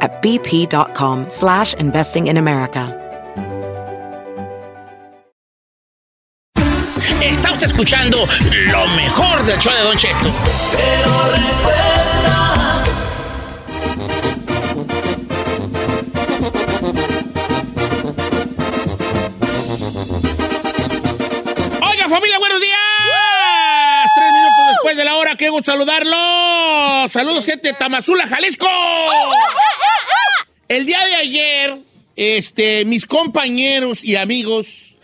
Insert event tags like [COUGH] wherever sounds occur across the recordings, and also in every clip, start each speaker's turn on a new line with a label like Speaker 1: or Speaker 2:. Speaker 1: at bp.com slash investing in America.
Speaker 2: Está usted escuchando lo mejor del show de Don Cheto. Oiga, familia, buenos días. Tres minutos después de la hora, qué gusto saludarlos. Saludos, gente de Tamazula, Jalisco. El día de ayer, este, mis compañeros y amigos,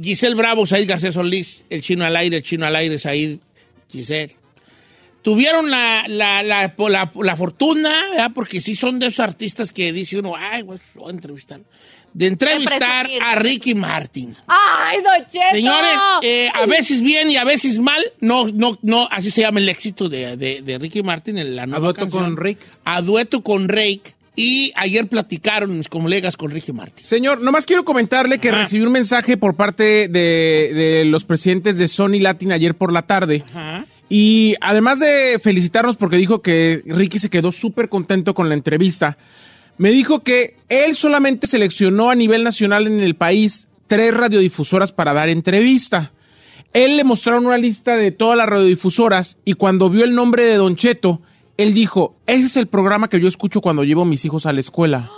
Speaker 2: Giselle Bravo, Said García Solís, el chino al aire, el chino al aire, Said, Giselle, tuvieron la, la, la, la- la fortuna, ¿verdad? porque sí son de esos artistas que dice uno, ay, pues, voy a entrevistar. De entrevistar
Speaker 3: presumir.
Speaker 2: a Ricky Martin.
Speaker 3: ¡Ay, Don Cheto!
Speaker 2: Señores, eh, a veces bien y a veces mal, no, no, no, así se llama el éxito de, de- de Ricky Martin en la nueva
Speaker 4: dueto
Speaker 2: canción.
Speaker 4: con Rick.
Speaker 2: A dueto con Rick. Y ayer platicaron mis colegas con Ricky Martin.
Speaker 4: Señor, nomás quiero comentarle que
Speaker 2: Ajá.
Speaker 4: recibí un mensaje por parte de, de los presidentes de Sony Latin ayer por la tarde.
Speaker 2: Ajá.
Speaker 4: Y además de felicitarnos porque dijo que Ricky se quedó súper contento con la entrevista, me dijo que él solamente seleccionó a nivel nacional en el país tres radiodifusoras para dar entrevista. Él le mostraron una lista de todas las radiodifusoras y cuando vio el nombre de Don Cheto, él dijo, ese es el programa que yo escucho cuando llevo a mis hijos a la escuela.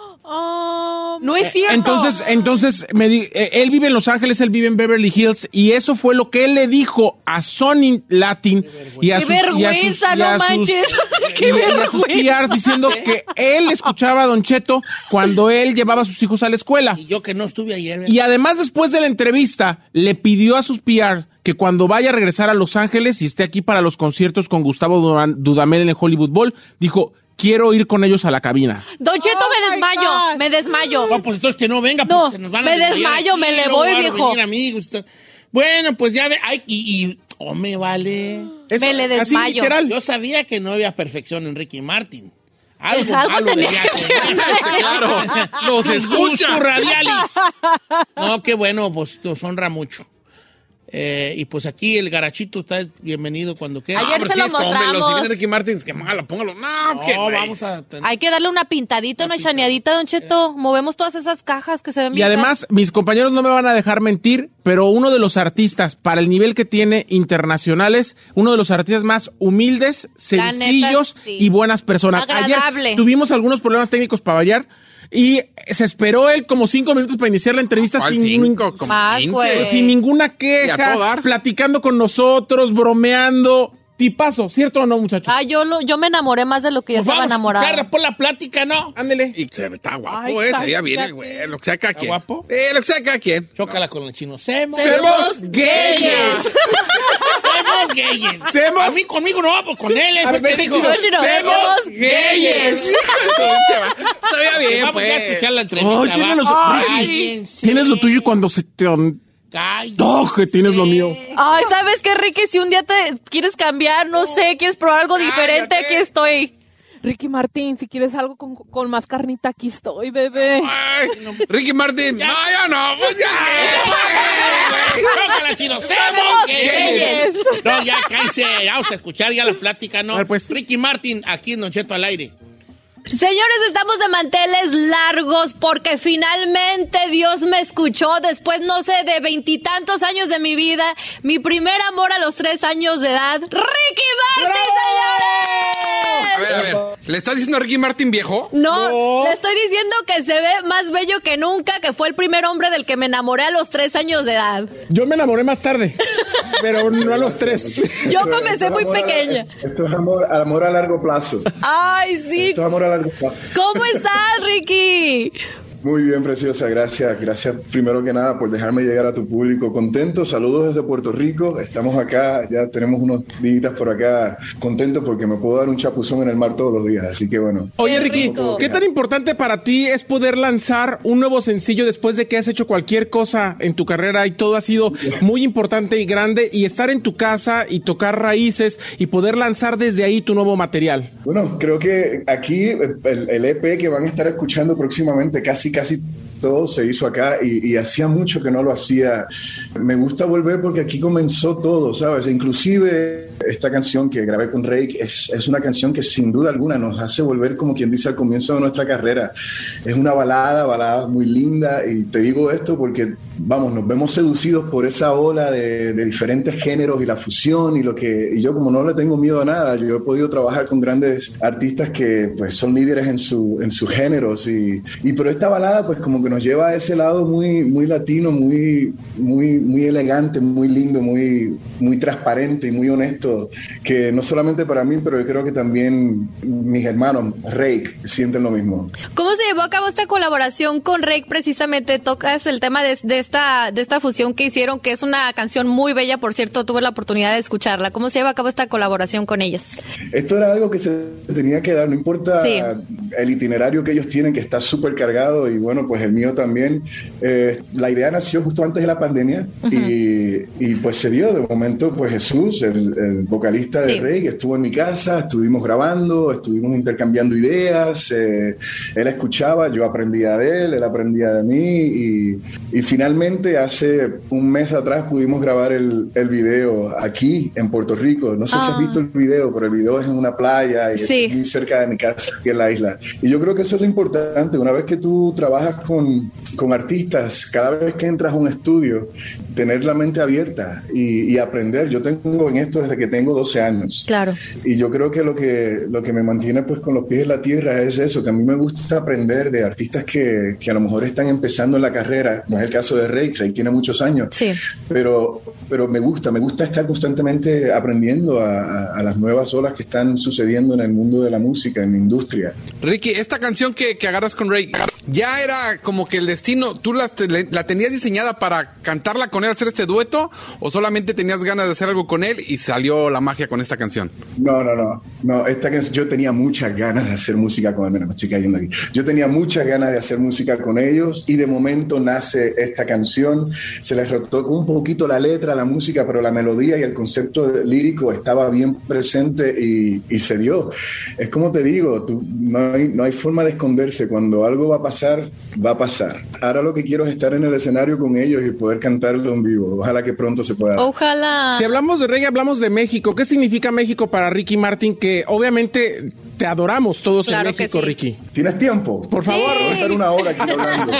Speaker 3: no es cierto.
Speaker 4: Entonces, eh, entonces me di- eh, él vive en Los Ángeles, él vive en Beverly Hills y eso fue lo que él le dijo a Sony Latin y a
Speaker 3: ¡Qué
Speaker 4: sus, y a sus-
Speaker 3: vergüenza,
Speaker 4: y a
Speaker 3: no
Speaker 4: sus-
Speaker 3: manches! [LAUGHS]
Speaker 4: y
Speaker 3: ¡Qué
Speaker 4: a sus PRs
Speaker 3: vergüenza! [LAUGHS]
Speaker 4: diciendo que él escuchaba a Don Cheto cuando él llevaba a sus hijos a la escuela.
Speaker 2: Y yo que no estuve ayer. ¿verdad?
Speaker 4: Y además después de la entrevista le pidió a sus PRs que cuando vaya a regresar a Los Ángeles y esté aquí para los conciertos con Gustavo Duran- Dudamel en el Hollywood Bowl, dijo, quiero ir con ellos a la cabina.
Speaker 3: Don Cheto, me desmayo, me desmayo.
Speaker 2: No, pues entonces que no venga,
Speaker 3: No,
Speaker 2: porque se nos van a
Speaker 3: me
Speaker 2: desmayar
Speaker 3: desmayo,
Speaker 2: aquí,
Speaker 3: me le
Speaker 2: no
Speaker 3: voy,
Speaker 2: van a
Speaker 3: viejo.
Speaker 2: venir amigos, está- Bueno, pues ya ve. Ay, y, y- oh, me vale.
Speaker 4: Eso,
Speaker 3: Me le
Speaker 4: así
Speaker 3: desmayo.
Speaker 4: literal.
Speaker 2: Yo sabía que no había perfección en Ricky Martin. Algo
Speaker 3: Pues Algo
Speaker 2: malo
Speaker 3: tenía
Speaker 2: debía
Speaker 3: que
Speaker 2: tener.
Speaker 4: Claro, los
Speaker 2: Gusto radialis. No, qué bueno, pues nos honra mucho. Eh, y pues aquí el garachito está bienvenido cuando quiera.
Speaker 3: Ayer
Speaker 5: Hombre,
Speaker 3: se
Speaker 5: sí,
Speaker 3: lo
Speaker 5: es que, hombre, los- Si
Speaker 3: mostramos.
Speaker 5: viene Ricky Martins, que malo, póngalo. No,
Speaker 2: No,
Speaker 5: que güey.
Speaker 2: vamos a tener.
Speaker 3: Hay que darle una pintadita, una chaneadita, Don Cheto. Movemos todas esas cajas que se ven
Speaker 4: Y
Speaker 3: bien
Speaker 4: además, mis compañeros no me van a dejar mentir, pero uno de los artistas, para el nivel que tiene internacionales, uno de los artistas más humildes,
Speaker 3: La neta,
Speaker 4: sencillos
Speaker 3: sí.
Speaker 4: y buenas personas.
Speaker 3: Agradable.
Speaker 4: Ayer tuvimos algunos problemas técnicos para bailar y se esperó él como cinco minutos para iniciar la entrevista
Speaker 5: ¿Cuál
Speaker 4: sin,
Speaker 5: cinco? Como
Speaker 3: Más,
Speaker 5: 15.
Speaker 3: güey.
Speaker 4: sin ninguna
Speaker 5: Y a todo
Speaker 4: queja,
Speaker 5: dar.
Speaker 4: platicando con nosotros, bromeando. Tipazo, ¿cierto o no, muchachos?
Speaker 3: Ah, yo, lo, yo me enamoré más de lo que ya
Speaker 2: Pues
Speaker 3: estaba
Speaker 2: vamos a
Speaker 3: enamorada.
Speaker 2: escucharla por la plática, ¿no?
Speaker 4: Ándele.
Speaker 5: Y se- está guapo,
Speaker 4: Ay,
Speaker 5: eh.
Speaker 4: está
Speaker 5: Sería bien el
Speaker 4: guapo.
Speaker 5: güey. Lo que sea cada quien.
Speaker 2: guapo?
Speaker 5: Eh, lo que sea cada quien. [LAUGHS]
Speaker 2: Chócala con el chino. Semos
Speaker 4: ¡Semos gayes!
Speaker 2: gayes. Semos gayes.
Speaker 4: Semos-
Speaker 2: A mí conmigo no, pues con él.
Speaker 4: A ver,
Speaker 2: porque
Speaker 4: ven,
Speaker 2: dijo,
Speaker 4: chino,
Speaker 3: chino.
Speaker 2: Semos
Speaker 3: Semos
Speaker 2: gayes.
Speaker 5: Estaría
Speaker 2: Vamos
Speaker 5: bien,
Speaker 2: ya a
Speaker 5: pues.
Speaker 2: escuchar la entrevista.
Speaker 4: Ay, tiene
Speaker 2: va.
Speaker 4: los- Ricky,
Speaker 2: Cállense.
Speaker 4: Tienes lo tuyo y cuando se te
Speaker 2: Cállense.
Speaker 4: antoje, tienes lo mío.
Speaker 3: Ay, ¿sabes qué, Ricky? Si un día te quieres cambiar, no sé, quieres probar algo diferente,
Speaker 5: Cállate.
Speaker 3: aquí estoy.
Speaker 6: Ricky Martín, si quieres algo con, con más carnita, aquí estoy, bebé.
Speaker 5: Ay, Ricky Martin. No, yo no. Pues ya.
Speaker 2: Chócala, chino. Semos gayes. No, ya cállense. Vamos a escuchar ya la plática, ¿no?
Speaker 4: A ver, pues.
Speaker 2: Ricky Martin, aquí en Don Cheto al aire.
Speaker 3: Señores, estamos de manteles largos porque finalmente Dios me escuchó después, no sé, de veintitantos años de mi vida. Mi primer amor a los tres años de edad, Ricky Martin,
Speaker 5: A ver, a ver. ¿Le estás diciendo a Ricky Martin viejo?
Speaker 3: No, le estoy diciendo que se ve más bello que nunca, que fue el primer hombre del que me enamoré a los tres años de edad.
Speaker 4: Yo me enamoré más tarde, pero no a los
Speaker 3: [LAUGHS]
Speaker 4: tres.
Speaker 3: Yo comencé muy pequeña.
Speaker 7: Esto es amor, amor a largo plazo.
Speaker 3: Ay, sí.
Speaker 7: Esto es amor a largo plazo.
Speaker 3: ¿Cómo estás, Ricky?
Speaker 7: Muy bien, preciosa. Gracias. Gracias primero que nada por dejarme llegar a tu público contento. Saludos desde Puerto Rico. Estamos acá, ya tenemos unos días por acá contentos porque me puedo dar un chapuzón en el mar todos los días. Así que bueno.
Speaker 4: Oye,
Speaker 3: Qué
Speaker 4: Ricky,
Speaker 3: rico.
Speaker 4: ¿qué tan importante para ti es poder lanzar un nuevo sencillo después de que has hecho cualquier cosa en tu carrera y todo ha sido muy importante y grande y estar en tu casa y tocar raíces y poder lanzar desde ahí tu nuevo material?
Speaker 7: Bueno, creo que aquí el, el EP que van a estar escuchando próximamente, casi, casi todo se hizo acá y, y hacía mucho que no lo hacía. Me gusta volver porque aquí comenzó todo, ¿sabes? Inclusive esta canción que grabé con Rake es, es una canción que sin duda alguna nos hace volver como quien dice al comienzo de nuestra carrera. Es una balada, balada muy linda y te digo esto porque, vamos, nos vemos seducidos por esa ola de, de diferentes géneros y la fusión y lo que, y yo como no le tengo miedo a nada, yo he podido trabajar con grandes artistas que pues son líderes en, su, en sus géneros y, y pero esta balada pues como que nos lleva a ese lado muy, muy latino, muy, muy, muy elegante, muy lindo, muy, muy transparente y muy honesto, que no solamente para mí, pero yo creo que también mis hermanos, Rake, sienten lo mismo.
Speaker 3: ¿Cómo se llevó a cabo esta colaboración con Rake? Precisamente tocas el tema de, de esta, de esta fusión que hicieron, que es una canción muy bella, por cierto, tuve la oportunidad de escucharla. ¿Cómo se lleva a cabo esta colaboración con ellos?
Speaker 7: Esto era algo que se tenía que dar, no importa
Speaker 3: Sí.
Speaker 7: el itinerario que ellos tienen, que está súper cargado y bueno, pues el mío también. Eh, la idea nació justo antes de la pandemia y, y, pues se dio. De momento, pues Jesús, el, el vocalista de
Speaker 3: Sí.
Speaker 7: Rey, que estuvo en mi casa, estuvimos grabando, estuvimos intercambiando ideas, eh, él escuchaba, yo aprendía de él, él aprendía de mí y, y finalmente hace un mes atrás pudimos grabar el, el video aquí en Puerto Rico. No sé si
Speaker 3: Ah.
Speaker 7: has visto el video, pero el video es en una playa y
Speaker 3: Sí.
Speaker 7: es muy cerca de mi casa, que es la isla. Y yo creo que eso es lo importante. Una vez que tú trabajas con, con artistas, cada vez que entras a un estudio, tener la mente abierta y, y aprender. Yo tengo en esto desde que tengo 12 años.
Speaker 3: Claro.
Speaker 7: Y yo creo que lo que lo que me mantiene pues con los pies en la tierra es eso, que a mí me gusta aprender de artistas que, que a lo mejor están empezando en la carrera, no es el caso de Rey, Rey tiene muchos años,
Speaker 3: Sí.
Speaker 7: pero, pero me gusta, me gusta estar constantemente aprendiendo a, a- a las nuevas olas que están sucediendo en el mundo de la música, en la industria.
Speaker 5: Ricky, esta canción que, que agarras con Ray, ¿ya era como que el destino, tú la, te- la tenías diseñada para cantarla con él, hacer este dueto, o solamente tenías ganas de hacer algo con él y salió la magia con esta canción?
Speaker 7: No, no, no. No, esta canción, yo tenía muchas ganas de hacer música con ellos. Me estoy cayendo aquí. Yo tenía muchas ganas de hacer música con ellos y de momento nace esta canción. Se les rotó un poquito la letra, la música, pero la melodía y el concepto de- lírico estaba bien presente y, y se dio. Es como te digo, tú- no, hay, no hay forma de esconderse. Cuando algo va a pasar, va a pasar. Ahora lo que quiero es estar en el escenario con ellos y poder cantarlo en vivo. Ojalá que pronto se pueda.
Speaker 3: Oh, Ojalá.
Speaker 4: Si hablamos de reggae, hablamos de México. ¿Qué significa México para Ricky Martin? Que obviamente te adoramos todos
Speaker 3: Claro
Speaker 4: en
Speaker 3: que
Speaker 4: México,
Speaker 3: sí.
Speaker 4: Ricky.
Speaker 7: ¿Tienes tiempo?
Speaker 4: Por favor.
Speaker 7: Voy a estar una hora
Speaker 4: [LAUGHS]
Speaker 7: aquí hablando.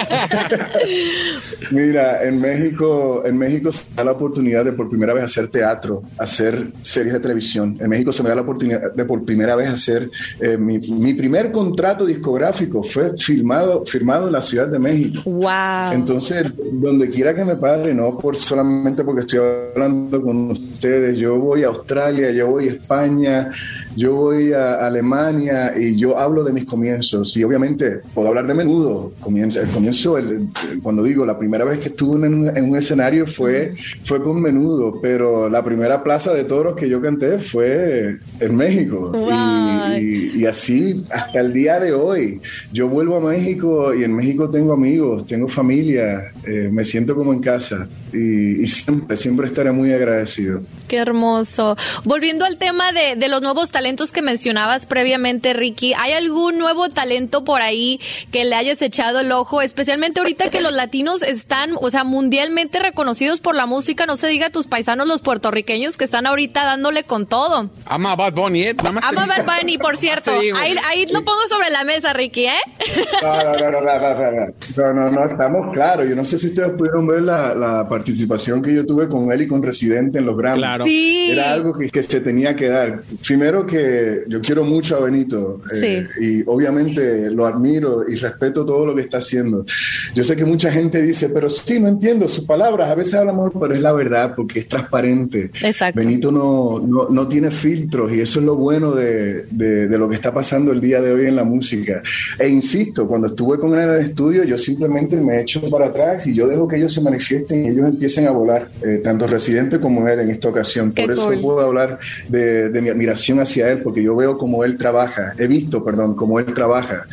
Speaker 7: Mira, en México, en México se da la oportunidad de por primera vez hacer teatro, hacer series de televisión. En México se me da la oportunidad de por primera vez hacer eh, mi, mi primer contrato discográfico fue filmado, firmado en la Ciudad de México.
Speaker 3: Wow.
Speaker 7: Entonces, donde quiera que me padre, no por solamente porque estoy hablando con ustedes, yo voy a Australia, yo voy a España, yo voy a Alemania y yo hablo de mis comienzos. Y obviamente puedo hablar de menudo. Comienzo, el comienzo el- cuando digo la primera vez que estuve en un, en un escenario fue, fue con menudo, pero la primera plaza de toros que yo canté fue en México. Y-
Speaker 3: Guay.
Speaker 7: y- y, y así hasta el día de hoy. Yo vuelvo a México y en México tengo amigos, tengo familia, eh, me siento como en casa y, y siempre, siempre estaré muy agradecido.
Speaker 3: Qué hermoso. Volviendo al tema de, de los nuevos talentos que mencionabas previamente, Ricky, ¿hay algún nuevo talento por ahí que le hayas echado el ojo? Especialmente ahorita que los latinos están, o sea, mundialmente reconocidos por la música, no se diga a tus paisanos los puertorriqueños que están ahorita dándole con todo.
Speaker 5: Ama a Bad Bunny, ¿eh? Nada más te
Speaker 3: Ama a
Speaker 5: digo.
Speaker 3: Bad Bunny, por cierto.
Speaker 5: Te digo.
Speaker 3: Ahí, ahí lo pongo sobre la mesa, Ricky, ¿eh?
Speaker 7: No, no, no, no, no, no, no. No, no, no, estamos claros. Yo no sé si ustedes pudieron ver la, la participación que yo tuve con él y con Residente en los Grammy.
Speaker 4: Claro.
Speaker 3: Sí.
Speaker 7: Era algo que, que se tenía que dar. Primero que que yo quiero mucho a Benito eh, y obviamente lo admiro y respeto todo lo que está haciendo. Yo sé que mucha gente dice, pero sí, no entiendo sus palabras, a veces habla mal, pero es la verdad porque es transparente.
Speaker 3: Exacto.
Speaker 7: Benito no, no, no tiene filtros y eso es lo bueno de, de- de lo que está pasando el día de hoy en la música. E insisto, cuando estuve con él en el estudio, yo simplemente me echo para atrás y yo dejo que ellos se manifiesten y ellos empiecen a volar, eh, tanto Residente como él en esta ocasión.
Speaker 3: Qué
Speaker 7: Por eso
Speaker 3: cool.
Speaker 7: puedo hablar de, de mi admiración hacia él, porque yo veo cómo él trabaja, he visto, perdón, cómo él trabaja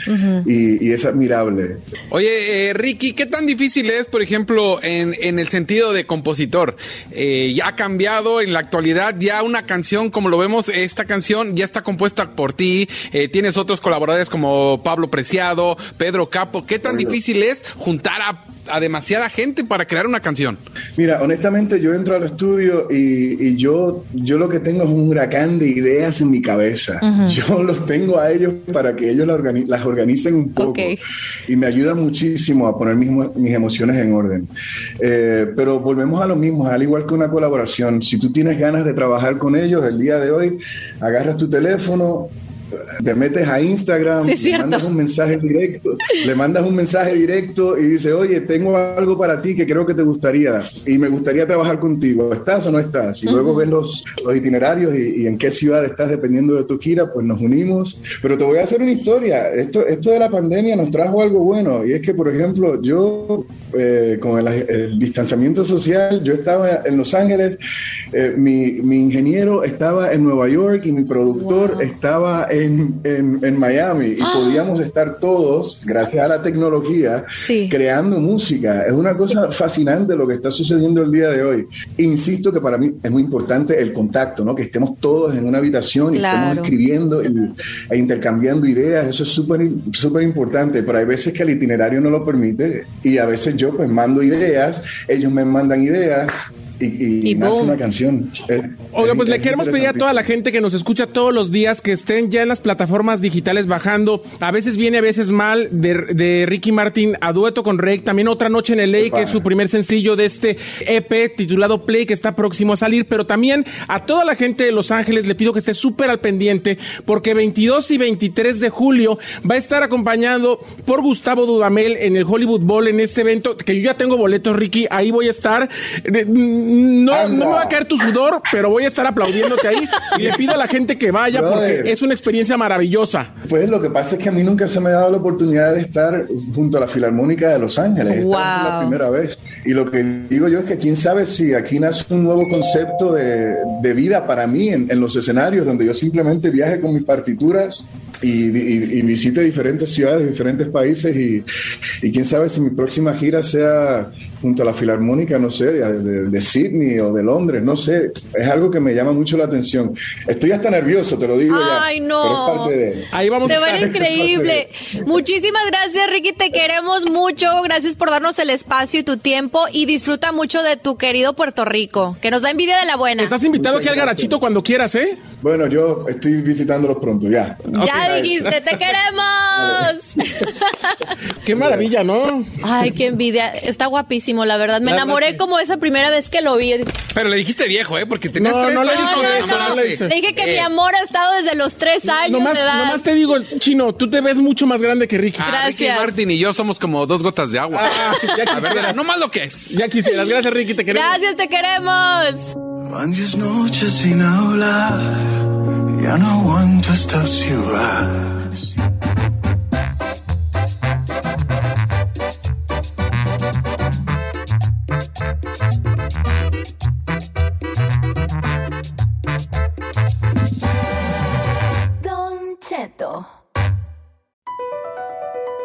Speaker 7: y, y es admirable.
Speaker 5: Oye, eh, Ricky, ¿qué tan difícil es, por ejemplo, en, en el sentido de compositor? Eh, ya ha cambiado en la actualidad, ya una canción, como lo vemos, esta canción ya está compuesta por ti, eh, tienes otros colaboradores como Pablo Preciado, Pedro Capo, ¿qué tan difícil es juntar a, a demasiada gente para crear una canción?
Speaker 7: Mira, honestamente yo entro al estudio y, y yo, yo lo que tengo es un huracán de ideas en mi cabeza. Yo [LAUGHS] los tengo a ellos para que ellos la organi- las organicen un poco.
Speaker 3: Ok.
Speaker 7: Y me ayuda muchísimo a poner mis, mo- mis emociones en orden. Eh, pero volvemos a lo mismo, al igual que una colaboración. Si tú tienes ganas de trabajar con ellos el día de hoy, agarras tu teléfono. Te metes a Instagram,
Speaker 3: Sí, es
Speaker 7: le
Speaker 3: cierto.
Speaker 7: mandas un mensaje directo, le mandas un mensaje directo y dice, oye, tengo algo para ti que creo que te gustaría y me gustaría trabajar contigo. ¿Estás o no estás? Y luego ves los, los itinerarios y, y en qué ciudad estás dependiendo de tu gira, pues nos unimos. Pero te voy a hacer una historia. Esto, esto de la pandemia nos trajo algo bueno y es que, por ejemplo, yo eh, con el, el distanciamiento social, yo estaba en Los Ángeles, eh, mi, mi ingeniero estaba en Nueva York y mi productor estaba en, en- en Miami y
Speaker 3: Ah.
Speaker 7: podíamos estar todos, gracias a la tecnología,
Speaker 3: Sí.
Speaker 7: creando música. Es una cosa fascinante lo que está sucediendo el día de hoy. Insisto que para mí es muy importante el contacto, ¿no? que estemos todos en una habitación y
Speaker 3: Claro.
Speaker 7: estemos escribiendo y- e intercambiando ideas. Eso es súper súper importante, pero hay veces que el itinerario no lo permite y a veces yo pues mando ideas, ellos me mandan ideas. Y, y
Speaker 3: Y
Speaker 7: nace
Speaker 3: boom.
Speaker 7: una canción. Es-
Speaker 4: Oiga,
Speaker 7: es-
Speaker 4: pues le
Speaker 7: es
Speaker 4: queremos pedir a
Speaker 7: interesante.
Speaker 4: toda la gente que nos escucha todos los días que estén ya en las plataformas digitales bajando. A veces viene, a veces mal, de, de Ricky Martin a dueto con Rake. También Otra Noche en el Ley,
Speaker 7: Epa.
Speaker 4: que es su primer sencillo de este EP titulado Play, que está próximo a salir. Pero también a toda la gente de Los Ángeles le pido que esté súper al pendiente, porque 22 y 23 de julio va a estar acompañado por Gustavo Dudamel en el Hollywood Bowl en este evento, que yo ya tengo boletos, Ricky. Ahí voy a estar. Eh, No, no me va a
Speaker 7: Anda.
Speaker 4: caer tu sudor, pero voy a estar aplaudiéndote ahí. Y le pido a la gente que vaya
Speaker 7: Brother.
Speaker 4: porque es una experiencia maravillosa.
Speaker 7: Pues lo que pasa es que a mí nunca se me ha dado la oportunidad de estar junto a la Filarmónica de Los Ángeles. Esta va a ser la
Speaker 3: Wow.
Speaker 7: primera vez. Y lo que digo yo es que quién sabe si aquí nace un nuevo concepto de, de vida para mí en, en los escenarios, donde yo simplemente viaje con mis partituras y, y- y visite diferentes ciudades, diferentes países. Y, y quién sabe si mi próxima gira sea junto a la Filarmónica, no sé, de, de- de Sydney o de Londres, no sé. Es algo que me llama mucho la atención. Estoy hasta nervioso, te lo digo. ya,
Speaker 3: Ay, no.
Speaker 7: pero es parte de-
Speaker 4: Ahí vamos
Speaker 3: Te
Speaker 4: a
Speaker 3: va a
Speaker 4: estar. [LAUGHS]
Speaker 3: ir increíble. Muchísimas gracias, Ricky. Te queremos mucho. Gracias por darnos el espacio y tu tiempo. Y disfruta mucho de tu querido Puerto Rico, que nos da envidia de la buena.
Speaker 4: Estás invitado aquí al garachito cuando quieras, ¿eh?
Speaker 7: Bueno, yo estoy visitándolos pronto, ya.
Speaker 3: Ya dijiste,
Speaker 4: [LAUGHS]
Speaker 3: te queremos.
Speaker 4: Qué maravilla, ¿no?
Speaker 3: [LAUGHS] Ay, qué envidia. Está guapísimo, la verdad. Me enamoré como esa primera vez que lo vi.
Speaker 5: Pero le dijiste viejo, ¿eh? Porque tenías
Speaker 4: No,
Speaker 5: tres
Speaker 4: no le
Speaker 5: años
Speaker 4: dije
Speaker 5: cuando te
Speaker 4: eso, no le
Speaker 5: enamoraste.
Speaker 4: hice.
Speaker 3: Le dije que
Speaker 5: Eh,
Speaker 3: mi amor ha estado desde los tres años
Speaker 4: Nomás,
Speaker 3: de edad.
Speaker 4: nomás te digo, chino, tú te ves mucho más grande que Ricky.
Speaker 5: ah, Ricky
Speaker 3: Gracias.
Speaker 5: Martin y yo somos como dos gotas de agua.
Speaker 4: Ah, [LAUGHS] ya
Speaker 5: La verdad,
Speaker 4: quisieras.
Speaker 5: no más lo que es.
Speaker 4: Ya quisieras. Gracias, Ricky, te queremos.
Speaker 3: Gracias, te queremos.
Speaker 8: Van diez noches sin hablar, ya no aguanto esta ciudad.
Speaker 9: Don Cheto.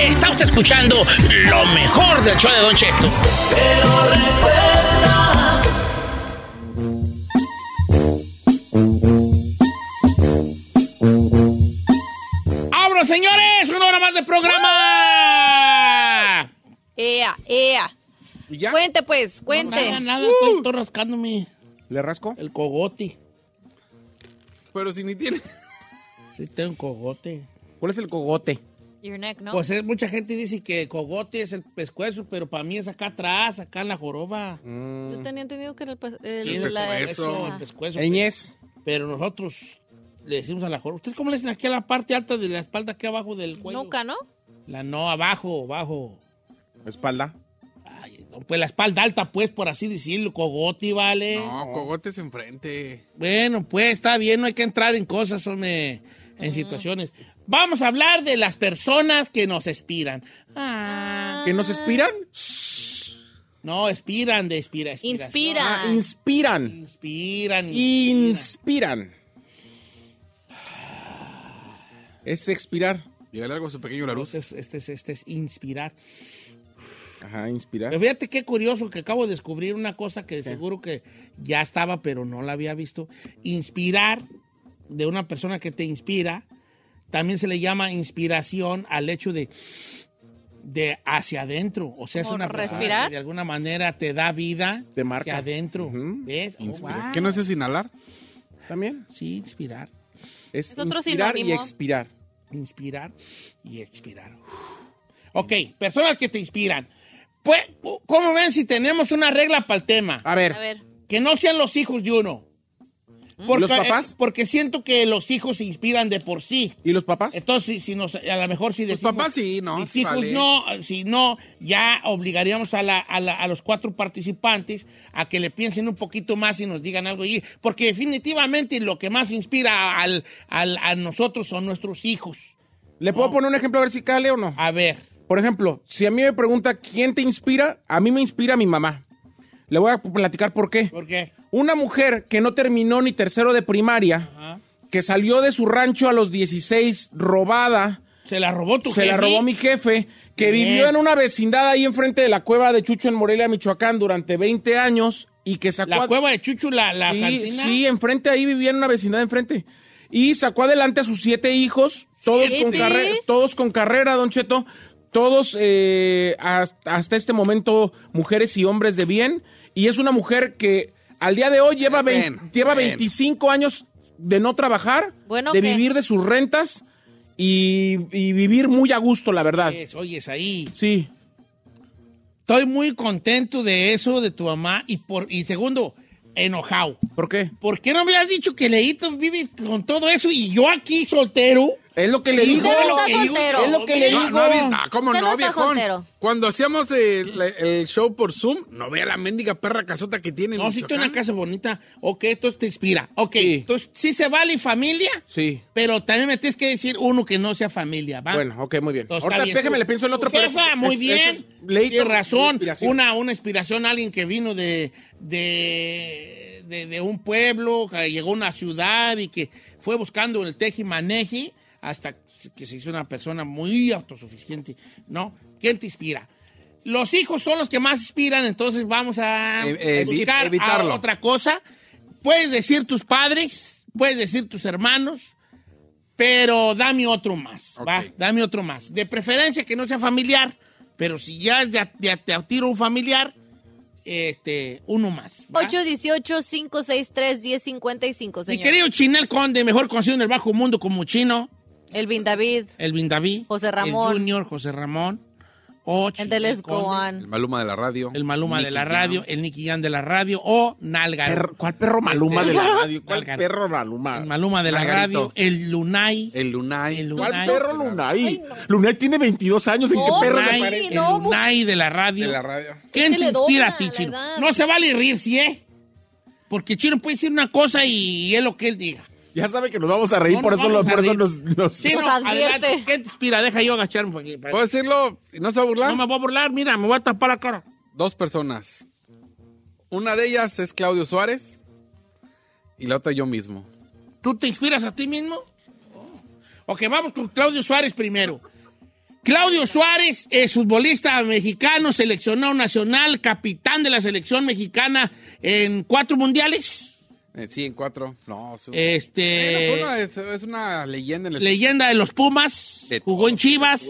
Speaker 2: Está usted escuchando lo mejor del show de Don Cheto. ¡Abro, señores! ¡Una hora más de programa!
Speaker 3: Ea, ea.
Speaker 5: ¿Y ya?
Speaker 3: Cuente, pues, cuente.
Speaker 2: Nada, nada, estoy,
Speaker 5: Uh.
Speaker 2: estoy rascándome
Speaker 4: ¿Le rasco?
Speaker 2: el cogote.
Speaker 5: Pero si ni tiene.
Speaker 2: Sí, tengo un cogote.
Speaker 4: ¿Cuál es el cogote?
Speaker 3: Your neck, ¿no?
Speaker 2: Pues eh, mucha gente dice que cogote es el pescuezo, pero para mí es acá atrás, acá en la joroba.
Speaker 3: Yo tenía entendido que era el, pues- el-
Speaker 2: Sí,
Speaker 5: Mm. el
Speaker 3: la-
Speaker 5: pescuezo.
Speaker 2: el pescuezo.
Speaker 4: El ñez.
Speaker 2: Pero nosotros le decimos a la joroba. ¿Ustedes cómo le dicen aquí a la parte alta de la espalda, aquí abajo del cuello?
Speaker 3: Nuca, ¿no?
Speaker 2: La no, abajo, abajo.
Speaker 4: Espalda.
Speaker 2: Ay, no, pues la espalda alta, pues, por así decirlo, cogote, ¿vale?
Speaker 5: No, cogotes enfrente.
Speaker 2: Bueno, pues está bien, no hay que entrar en cosas, hombre, en situaciones. Vamos a hablar de las personas que nos inspiran. Ah.
Speaker 4: ¿Que nos inspiran?
Speaker 2: No, expiran de inspira, inspiración.
Speaker 3: Inspira.
Speaker 4: Ah, inspiran.
Speaker 2: Inspiran. inspiran.
Speaker 4: Inspiran. Es expirar.
Speaker 5: Llegale algo a su pequeño la luz.
Speaker 2: Este es, este es, este es inspirar.
Speaker 4: Ajá, inspirar.
Speaker 2: Pero Eh, fíjate qué curioso que acabo de descubrir una cosa que seguro que ya estaba, pero no la había visto. Inspirar de una persona que te inspira, también se le llama inspiración al hecho de, de hacia adentro. O sea, es
Speaker 3: ¿Como
Speaker 2: una persona
Speaker 3: respirar?
Speaker 2: que de alguna manera te da vida
Speaker 4: Te marca.
Speaker 2: hacia adentro.
Speaker 4: Ujú.
Speaker 2: ¿Ves? Oh,
Speaker 5: Inspira.
Speaker 2: wow.
Speaker 5: ¿Qué no es eso, inhalar?
Speaker 4: También.
Speaker 2: Sí, inspirar.
Speaker 4: Es,
Speaker 3: Es otro
Speaker 4: inspirar y
Speaker 3: sinónimo.
Speaker 4: expirar.
Speaker 2: Inspirar y expirar. Uf. Ok, personas que te inspiran. Pues, ¿cómo ven si tenemos una regla para el tema?
Speaker 4: A ver,
Speaker 3: A ver.
Speaker 2: Que no sean los hijos de uno.
Speaker 4: ¿Los papás?
Speaker 2: eh, porque siento que los hijos se inspiran de por sí.
Speaker 4: ¿y los papás?
Speaker 2: Entonces, si nos, a lo mejor si
Speaker 5: Los
Speaker 2: decimos...
Speaker 5: papás sí, ¿no?
Speaker 2: Mis
Speaker 5: sí
Speaker 2: hijos
Speaker 5: vale.
Speaker 2: no, si no, ya obligaríamos a, la- a la- a los cuatro participantes a que le piensen un poquito más y nos digan algo allí, porque definitivamente lo que más inspira al, al- a nosotros son nuestros hijos.
Speaker 4: ¿Le puedo poner un ejemplo a ver si cale o no?
Speaker 2: A ver,
Speaker 4: Por ejemplo, si a mí me pregunta quién te inspira, a mí me inspira mi mamá. Le voy a platicar por qué.
Speaker 2: ¿por qué?
Speaker 4: Una mujer que no terminó ni tercero de primaria, que salió de su rancho a los 16 robada,
Speaker 2: Se la robó tu
Speaker 4: se la
Speaker 2: jefe?
Speaker 4: robó mi jefe, que
Speaker 2: Bien.
Speaker 4: vivió en una vecindad ahí enfrente de la cueva de Chucho en Morelia, Michoacán, durante 20 años y que sacó...
Speaker 2: La
Speaker 4: a-
Speaker 2: cueva de Chuchu, la, la
Speaker 4: sí,
Speaker 2: cantina.
Speaker 4: sí, enfrente ahí vivía en una vecindad enfrente. Y sacó adelante a sus siete hijos, todos, con,
Speaker 3: ¿Siete?
Speaker 4: carre- todos con carrera, don Cheto. Todos eh, hasta, hasta este momento mujeres y hombres de bien. Y es una mujer que al día de hoy lleva,
Speaker 5: Bien,
Speaker 4: vein- lleva
Speaker 5: bien.
Speaker 4: 25 años de no trabajar,
Speaker 3: Bueno,
Speaker 4: de
Speaker 3: ¿qué?
Speaker 4: vivir de sus rentas y, y vivir muy a gusto, la verdad.
Speaker 2: Es, oyes ahí.
Speaker 4: Sí.
Speaker 2: Estoy muy contento de eso, de tu mamá, y por y segundo, enojado.
Speaker 4: ¿Por qué?
Speaker 2: ¿Por qué no me has dicho que Leito vive con todo eso y yo aquí soltero?
Speaker 4: Es lo que le
Speaker 2: Y
Speaker 4: dijo.
Speaker 3: Usted no
Speaker 2: lo
Speaker 3: está
Speaker 2: que digo-
Speaker 3: soltero.
Speaker 4: Es lo que le
Speaker 5: No,
Speaker 4: digo.
Speaker 5: no había- ah, ¿Cómo
Speaker 3: Usted
Speaker 5: no,
Speaker 3: no está
Speaker 5: viejón?
Speaker 3: soltero.
Speaker 5: Cuando hacíamos el, el show por Zoom, no veía la mendiga perra casota que tiene. en
Speaker 2: No, si estoy en una
Speaker 5: Michoacán.
Speaker 2: casa bonita, ok, esto te inspira. Ok,
Speaker 4: Sí.
Speaker 2: entonces sí se vale familia,
Speaker 4: Sí.
Speaker 2: pero también me tienes que decir uno que no sea familia, ¿va?
Speaker 4: Bueno, ok, muy bien.
Speaker 2: Entonces,
Speaker 4: Ahorita
Speaker 2: Ah. está bien.
Speaker 4: déjame, le pienso el
Speaker 2: Tu
Speaker 4: otro.
Speaker 2: jefa, muy bien. Tienes razón. Una, una inspiración a alguien que vino de, de, de, de un pueblo, que llegó a una ciudad y que fue buscando el teji maneji hasta que se hizo una persona muy autosuficiente, ¿no? ¿Quién te inspira? Los hijos son los que más inspiran, entonces vamos a
Speaker 4: Eh,
Speaker 5: Ev- evi-
Speaker 2: buscar a
Speaker 5: evitarlo.
Speaker 2: otra cosa. Puedes decir tus padres, puedes decir tus hermanos, pero dame otro más,
Speaker 5: Ok.
Speaker 2: va, dame otro más. De preferencia que no sea familiar, pero si ya es de, a- de a- te tiro un familiar, este, uno más. ¿va?
Speaker 3: 818-563-1055, señor.
Speaker 2: Mi querido Chinel Conde, mejor conocido en el bajo mundo como Chino,
Speaker 3: El Bin David.
Speaker 2: el Bindaví,
Speaker 3: José
Speaker 2: el
Speaker 3: Ramón.
Speaker 2: Junior, José Ramón, o Chinel
Speaker 3: Del
Speaker 2: Conde,
Speaker 5: El
Speaker 3: Escoban.
Speaker 5: Maluma de la radio.
Speaker 2: el Maluma de
Speaker 5: Nicky
Speaker 2: la
Speaker 5: Jam.
Speaker 2: radio, el Nicky Jan de la radio, o Nalga.
Speaker 4: Perro- ¿Cuál perro maluma de la radio? ¿Cuál
Speaker 2: Nalgar-
Speaker 4: perro maluma?
Speaker 2: Este- el Maluma de la
Speaker 5: Nalgarito.
Speaker 2: radio, el Lunay,
Speaker 5: El Lunay.
Speaker 2: El Lunay.
Speaker 4: ¿Cuál perro Lunay? Lunay tiene 22 años. ¿En qué
Speaker 3: Oh,
Speaker 6: No,
Speaker 4: perro se
Speaker 2: Lunay,
Speaker 4: parece?
Speaker 2: el
Speaker 6: no, mu-
Speaker 2: Lunay de la radio.
Speaker 5: De la radio.
Speaker 2: ¿Qué te
Speaker 3: le
Speaker 2: inspira
Speaker 3: dobla
Speaker 2: a ti,
Speaker 3: la
Speaker 2: Chino?
Speaker 3: edad.
Speaker 2: No se vale reírse, ¿eh? Porque Chino puede decir una cosa y es lo que él diga.
Speaker 3: Pues
Speaker 4: Ya sabe que nos vamos a reír,
Speaker 2: No
Speaker 4: por
Speaker 2: nos
Speaker 4: eso, lo-
Speaker 2: vamos a
Speaker 4: por eso
Speaker 2: reír.
Speaker 4: nos... nos-
Speaker 2: Chino,
Speaker 3: Nos advierte.
Speaker 2: adelante. ¿Qué te inspira? Deja yo agacharme. para que- para-
Speaker 5: ¿Puedo decirlo? ¿No se va a burlar?
Speaker 2: No me voy a burlar, mira, me voy a tapar la cara.
Speaker 5: Dos personas. Una de ellas es Claudio Suárez y la otra yo mismo.
Speaker 2: ¿Tú te inspiras a ti mismo? Oh. Ok, vamos con Claudio Suárez primero. Claudio Suárez es futbolista mexicano, seleccionado nacional, capitán de la selección mexicana en cuatro mundiales.
Speaker 5: Eh, sí, en cuatro. No, su- Bueno,
Speaker 2: Este,
Speaker 5: fue una- es, es una leyenda en el...
Speaker 2: Eh, leyenda de los Pumas,
Speaker 5: De
Speaker 2: jugó en
Speaker 5: todos,
Speaker 2: Chivas.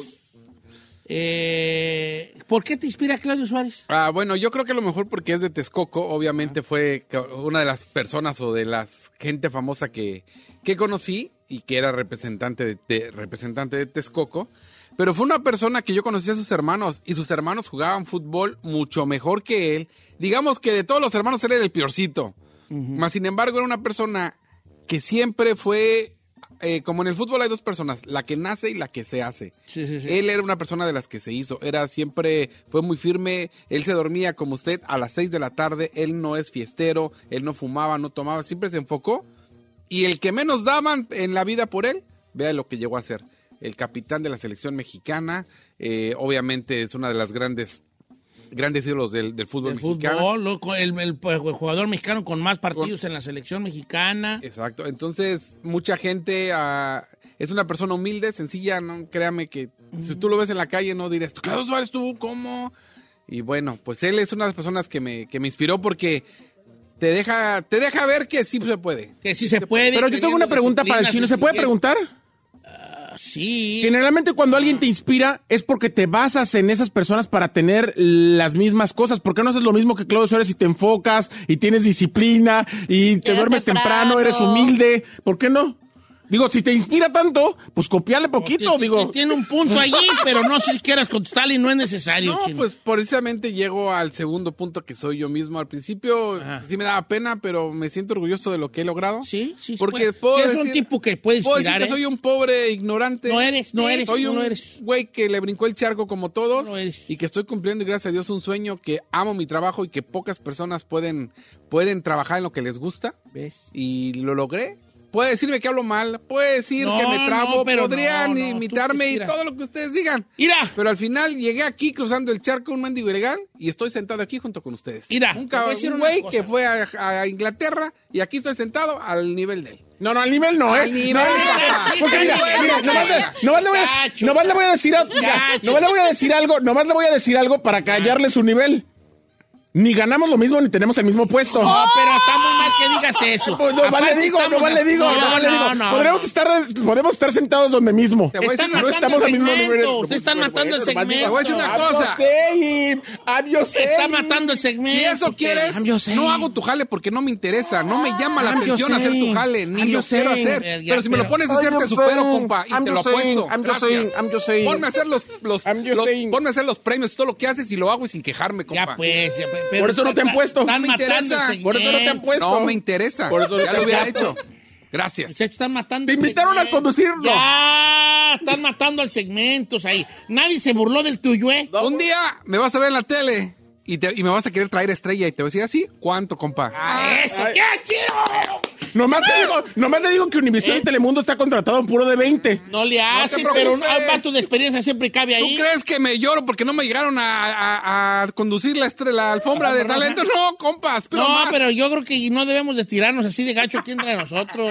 Speaker 2: Eh, ¿Por qué te inspira Claudio Suárez?
Speaker 5: Ah, bueno, yo creo que a lo mejor porque es de Texcoco, obviamente fue ca- una de las personas o de las gente famosa que, que conocí y que era representante de, de- representante de Texcoco. Pero fue una persona que yo conocí a sus hermanos y sus hermanos jugaban fútbol mucho mejor que él. Digamos que de todos los hermanos él era el peorcito. Mas sin embargo era una persona que siempre fue, eh, como en el fútbol hay dos personas, la que nace y la que se hace.
Speaker 2: Sí, sí, sí.
Speaker 5: Él era una persona de las que se hizo, era siempre, fue muy firme, él se dormía como usted a las 6 de la tarde, él no es fiestero, él no fumaba, no tomaba, siempre se enfocó. Y el que menos daban en la vida por él, vea lo que llegó a ser. El capitán de la selección mexicana, eh, obviamente es una de las grandes, grandes ídolos del, del fútbol
Speaker 2: El
Speaker 5: mexicano.
Speaker 2: fútbol, loco, el, el jugador mexicano con más partidos en la selección mexicana.
Speaker 5: Exacto. Entonces, mucha gente ah, es una persona humilde, sencilla, no créame que si tú lo ves en la calle no dirás, "Tú, Claudio Suárez, tú, ¿cómo? Y bueno, pues él es una de las personas que me, que me inspiró porque te deja, te deja ver que sí se puede.
Speaker 2: Que sí se puede.
Speaker 4: Pero yo tengo una
Speaker 2: teniendo
Speaker 4: pregunta para el
Speaker 2: disciplina,
Speaker 4: chino.
Speaker 2: sí
Speaker 4: ¿Se puede
Speaker 2: quiere.
Speaker 4: preguntar?
Speaker 2: Sí.
Speaker 4: Generalmente cuando alguien te inspira es porque te basas en esas personas para tener las mismas cosas. ¿Por qué no haces lo mismo que Claudio Suárez y te enfocas y tienes disciplina y te
Speaker 3: Llegas
Speaker 4: duermes temprano,
Speaker 3: temprano.
Speaker 4: eres humilde? ¿Por qué no? Digo, si te inspira tanto, pues copiale poquito,
Speaker 2: Porque
Speaker 4: digo.
Speaker 2: ti- Tiene un punto allí, pero no sé si quieras contestarle, no es necesario.
Speaker 5: No,
Speaker 2: chino.
Speaker 5: pues precisamente llego al segundo punto que soy yo mismo. Al principio
Speaker 2: Ajá.
Speaker 5: sí me daba pena, pero me siento orgulloso de lo que he logrado.
Speaker 2: Sí, sí, sí, puede.
Speaker 5: Porque puedo
Speaker 2: Sí, es un
Speaker 5: decir-
Speaker 2: tipo que puede
Speaker 5: puedo decir
Speaker 2: inspirar,
Speaker 5: que
Speaker 2: ¿eh?
Speaker 5: soy un pobre ignorante.
Speaker 2: No eres, no eres,
Speaker 5: Soy
Speaker 2: no
Speaker 5: un
Speaker 2: lo eres.
Speaker 5: güey que le brincó el charco como todos
Speaker 2: No lo eres.
Speaker 5: y que estoy cumpliendo, y gracias a Dios, un sueño que amo mi trabajo y que pocas personas pueden, pueden trabajar en lo que les gusta.
Speaker 2: ¿Ves?
Speaker 5: Y lo logré. Puede decirme que hablo mal, puede decir
Speaker 2: No,
Speaker 5: que me trabo,
Speaker 2: no, pero
Speaker 5: podrían
Speaker 2: no, no, tú
Speaker 5: imitarme y
Speaker 2: quisieras.
Speaker 5: todo lo que ustedes digan.
Speaker 2: Mira,
Speaker 5: Pero al final llegué aquí cruzando el charco un mendigo ilegal y estoy sentado aquí junto con ustedes.
Speaker 2: Mira,
Speaker 5: un
Speaker 2: te voy a
Speaker 5: cab-
Speaker 2: decir
Speaker 5: un
Speaker 2: una
Speaker 5: güey
Speaker 2: cosa.
Speaker 5: que fue a, a Inglaterra y aquí estoy sentado al nivel de él.
Speaker 4: No, no, al nivel no, ¿eh?
Speaker 5: Al nivel,
Speaker 4: No,
Speaker 5: papá.
Speaker 4: porque mira, mira, nomás le- nomás le voy a-
Speaker 2: Gacho.
Speaker 4: nomás le voy a decir algo.
Speaker 2: Gacho.
Speaker 4: Nomás le voy a decir algo, nomás le voy a decir algo para callarle su nivel. Ni ganamos lo mismo ni tenemos el mismo puesto.
Speaker 2: no, pero está muy mal que digas eso.
Speaker 4: Pues no
Speaker 2: Aparte,
Speaker 4: vale digo, no
Speaker 2: estamos
Speaker 4: vale
Speaker 2: así-
Speaker 4: digo, no, vale digo. podríamos, Estar, podemos estar sentados donde mismo.
Speaker 5: Te voy a decir
Speaker 2: Están
Speaker 5: una-
Speaker 4: No estamos
Speaker 2: matando
Speaker 4: al
Speaker 2: el
Speaker 4: mismo nivel.
Speaker 2: segmento. Ustedes están matando el
Speaker 5: te
Speaker 2: segmento.
Speaker 5: voy a decir una cosa.
Speaker 2: Se está matando el segmento.
Speaker 5: Si eso quieres,
Speaker 4: I'm just saying.
Speaker 5: no hago tu jale porque no me interesa, no me llama la
Speaker 4: I'm just
Speaker 5: atención hacer tu
Speaker 4: saying.
Speaker 5: jale, ni
Speaker 4: I'm
Speaker 5: lo
Speaker 4: just
Speaker 5: quiero
Speaker 4: saying.
Speaker 5: hacer.
Speaker 2: Eh, ya,
Speaker 5: Pero si me lo
Speaker 2: pero-
Speaker 5: pones a hacer, te supero, compa, y
Speaker 4: I'm
Speaker 5: te lo
Speaker 4: just saying.
Speaker 5: apuesto.
Speaker 4: I'm just
Speaker 5: Gracias.
Speaker 4: saying. I'm just saying.
Speaker 5: Ponme a hacer los, los,
Speaker 4: I'm just
Speaker 5: los-
Speaker 4: saying.
Speaker 5: ponme a hacer los premios, todo lo que haces y lo hago y sin quejarme, compa.
Speaker 2: Ya pues, ya pues, pero
Speaker 4: Por eso no te han
Speaker 2: está-
Speaker 4: puesto.
Speaker 2: Están
Speaker 5: No me
Speaker 2: matando el
Speaker 5: interesa.
Speaker 2: segmento.
Speaker 4: Por eso no te han puesto.
Speaker 5: No me interesa.
Speaker 4: Por eso
Speaker 5: ya
Speaker 4: te-
Speaker 5: lo hubiera
Speaker 4: ya,
Speaker 5: hecho. Gracias.
Speaker 2: Ustedes están matando
Speaker 4: Te
Speaker 2: el
Speaker 4: invitaron a
Speaker 2: segmento.
Speaker 4: conducirlo.
Speaker 2: Ya, están matando al segmento o sea, ahí. Nadie se burló del tuyo, ¿eh?
Speaker 5: Un día me vas a ver en la tele y, te- y me vas a querer traer estrella y te voy a decir así, ¿cuánto, compa?
Speaker 2: Ah, eso,
Speaker 4: Ay.
Speaker 2: qué chido.
Speaker 4: Nomás te [LAUGHS] digo, nomás le digo que Univision y Telemundo está contratado en puro de 20.
Speaker 2: No le hace,
Speaker 5: preocupes.
Speaker 2: pero un pato de experiencia siempre cabe
Speaker 5: ¿Tú
Speaker 2: ahí.
Speaker 5: crees que me lloro porque no me llegaron a, a- a conducir la, estre- la alfombra de talento? No, compas, pero
Speaker 2: no,
Speaker 5: más.
Speaker 2: pero yo creo que no debemos de tirarnos así de gacho aquí entre nosotros.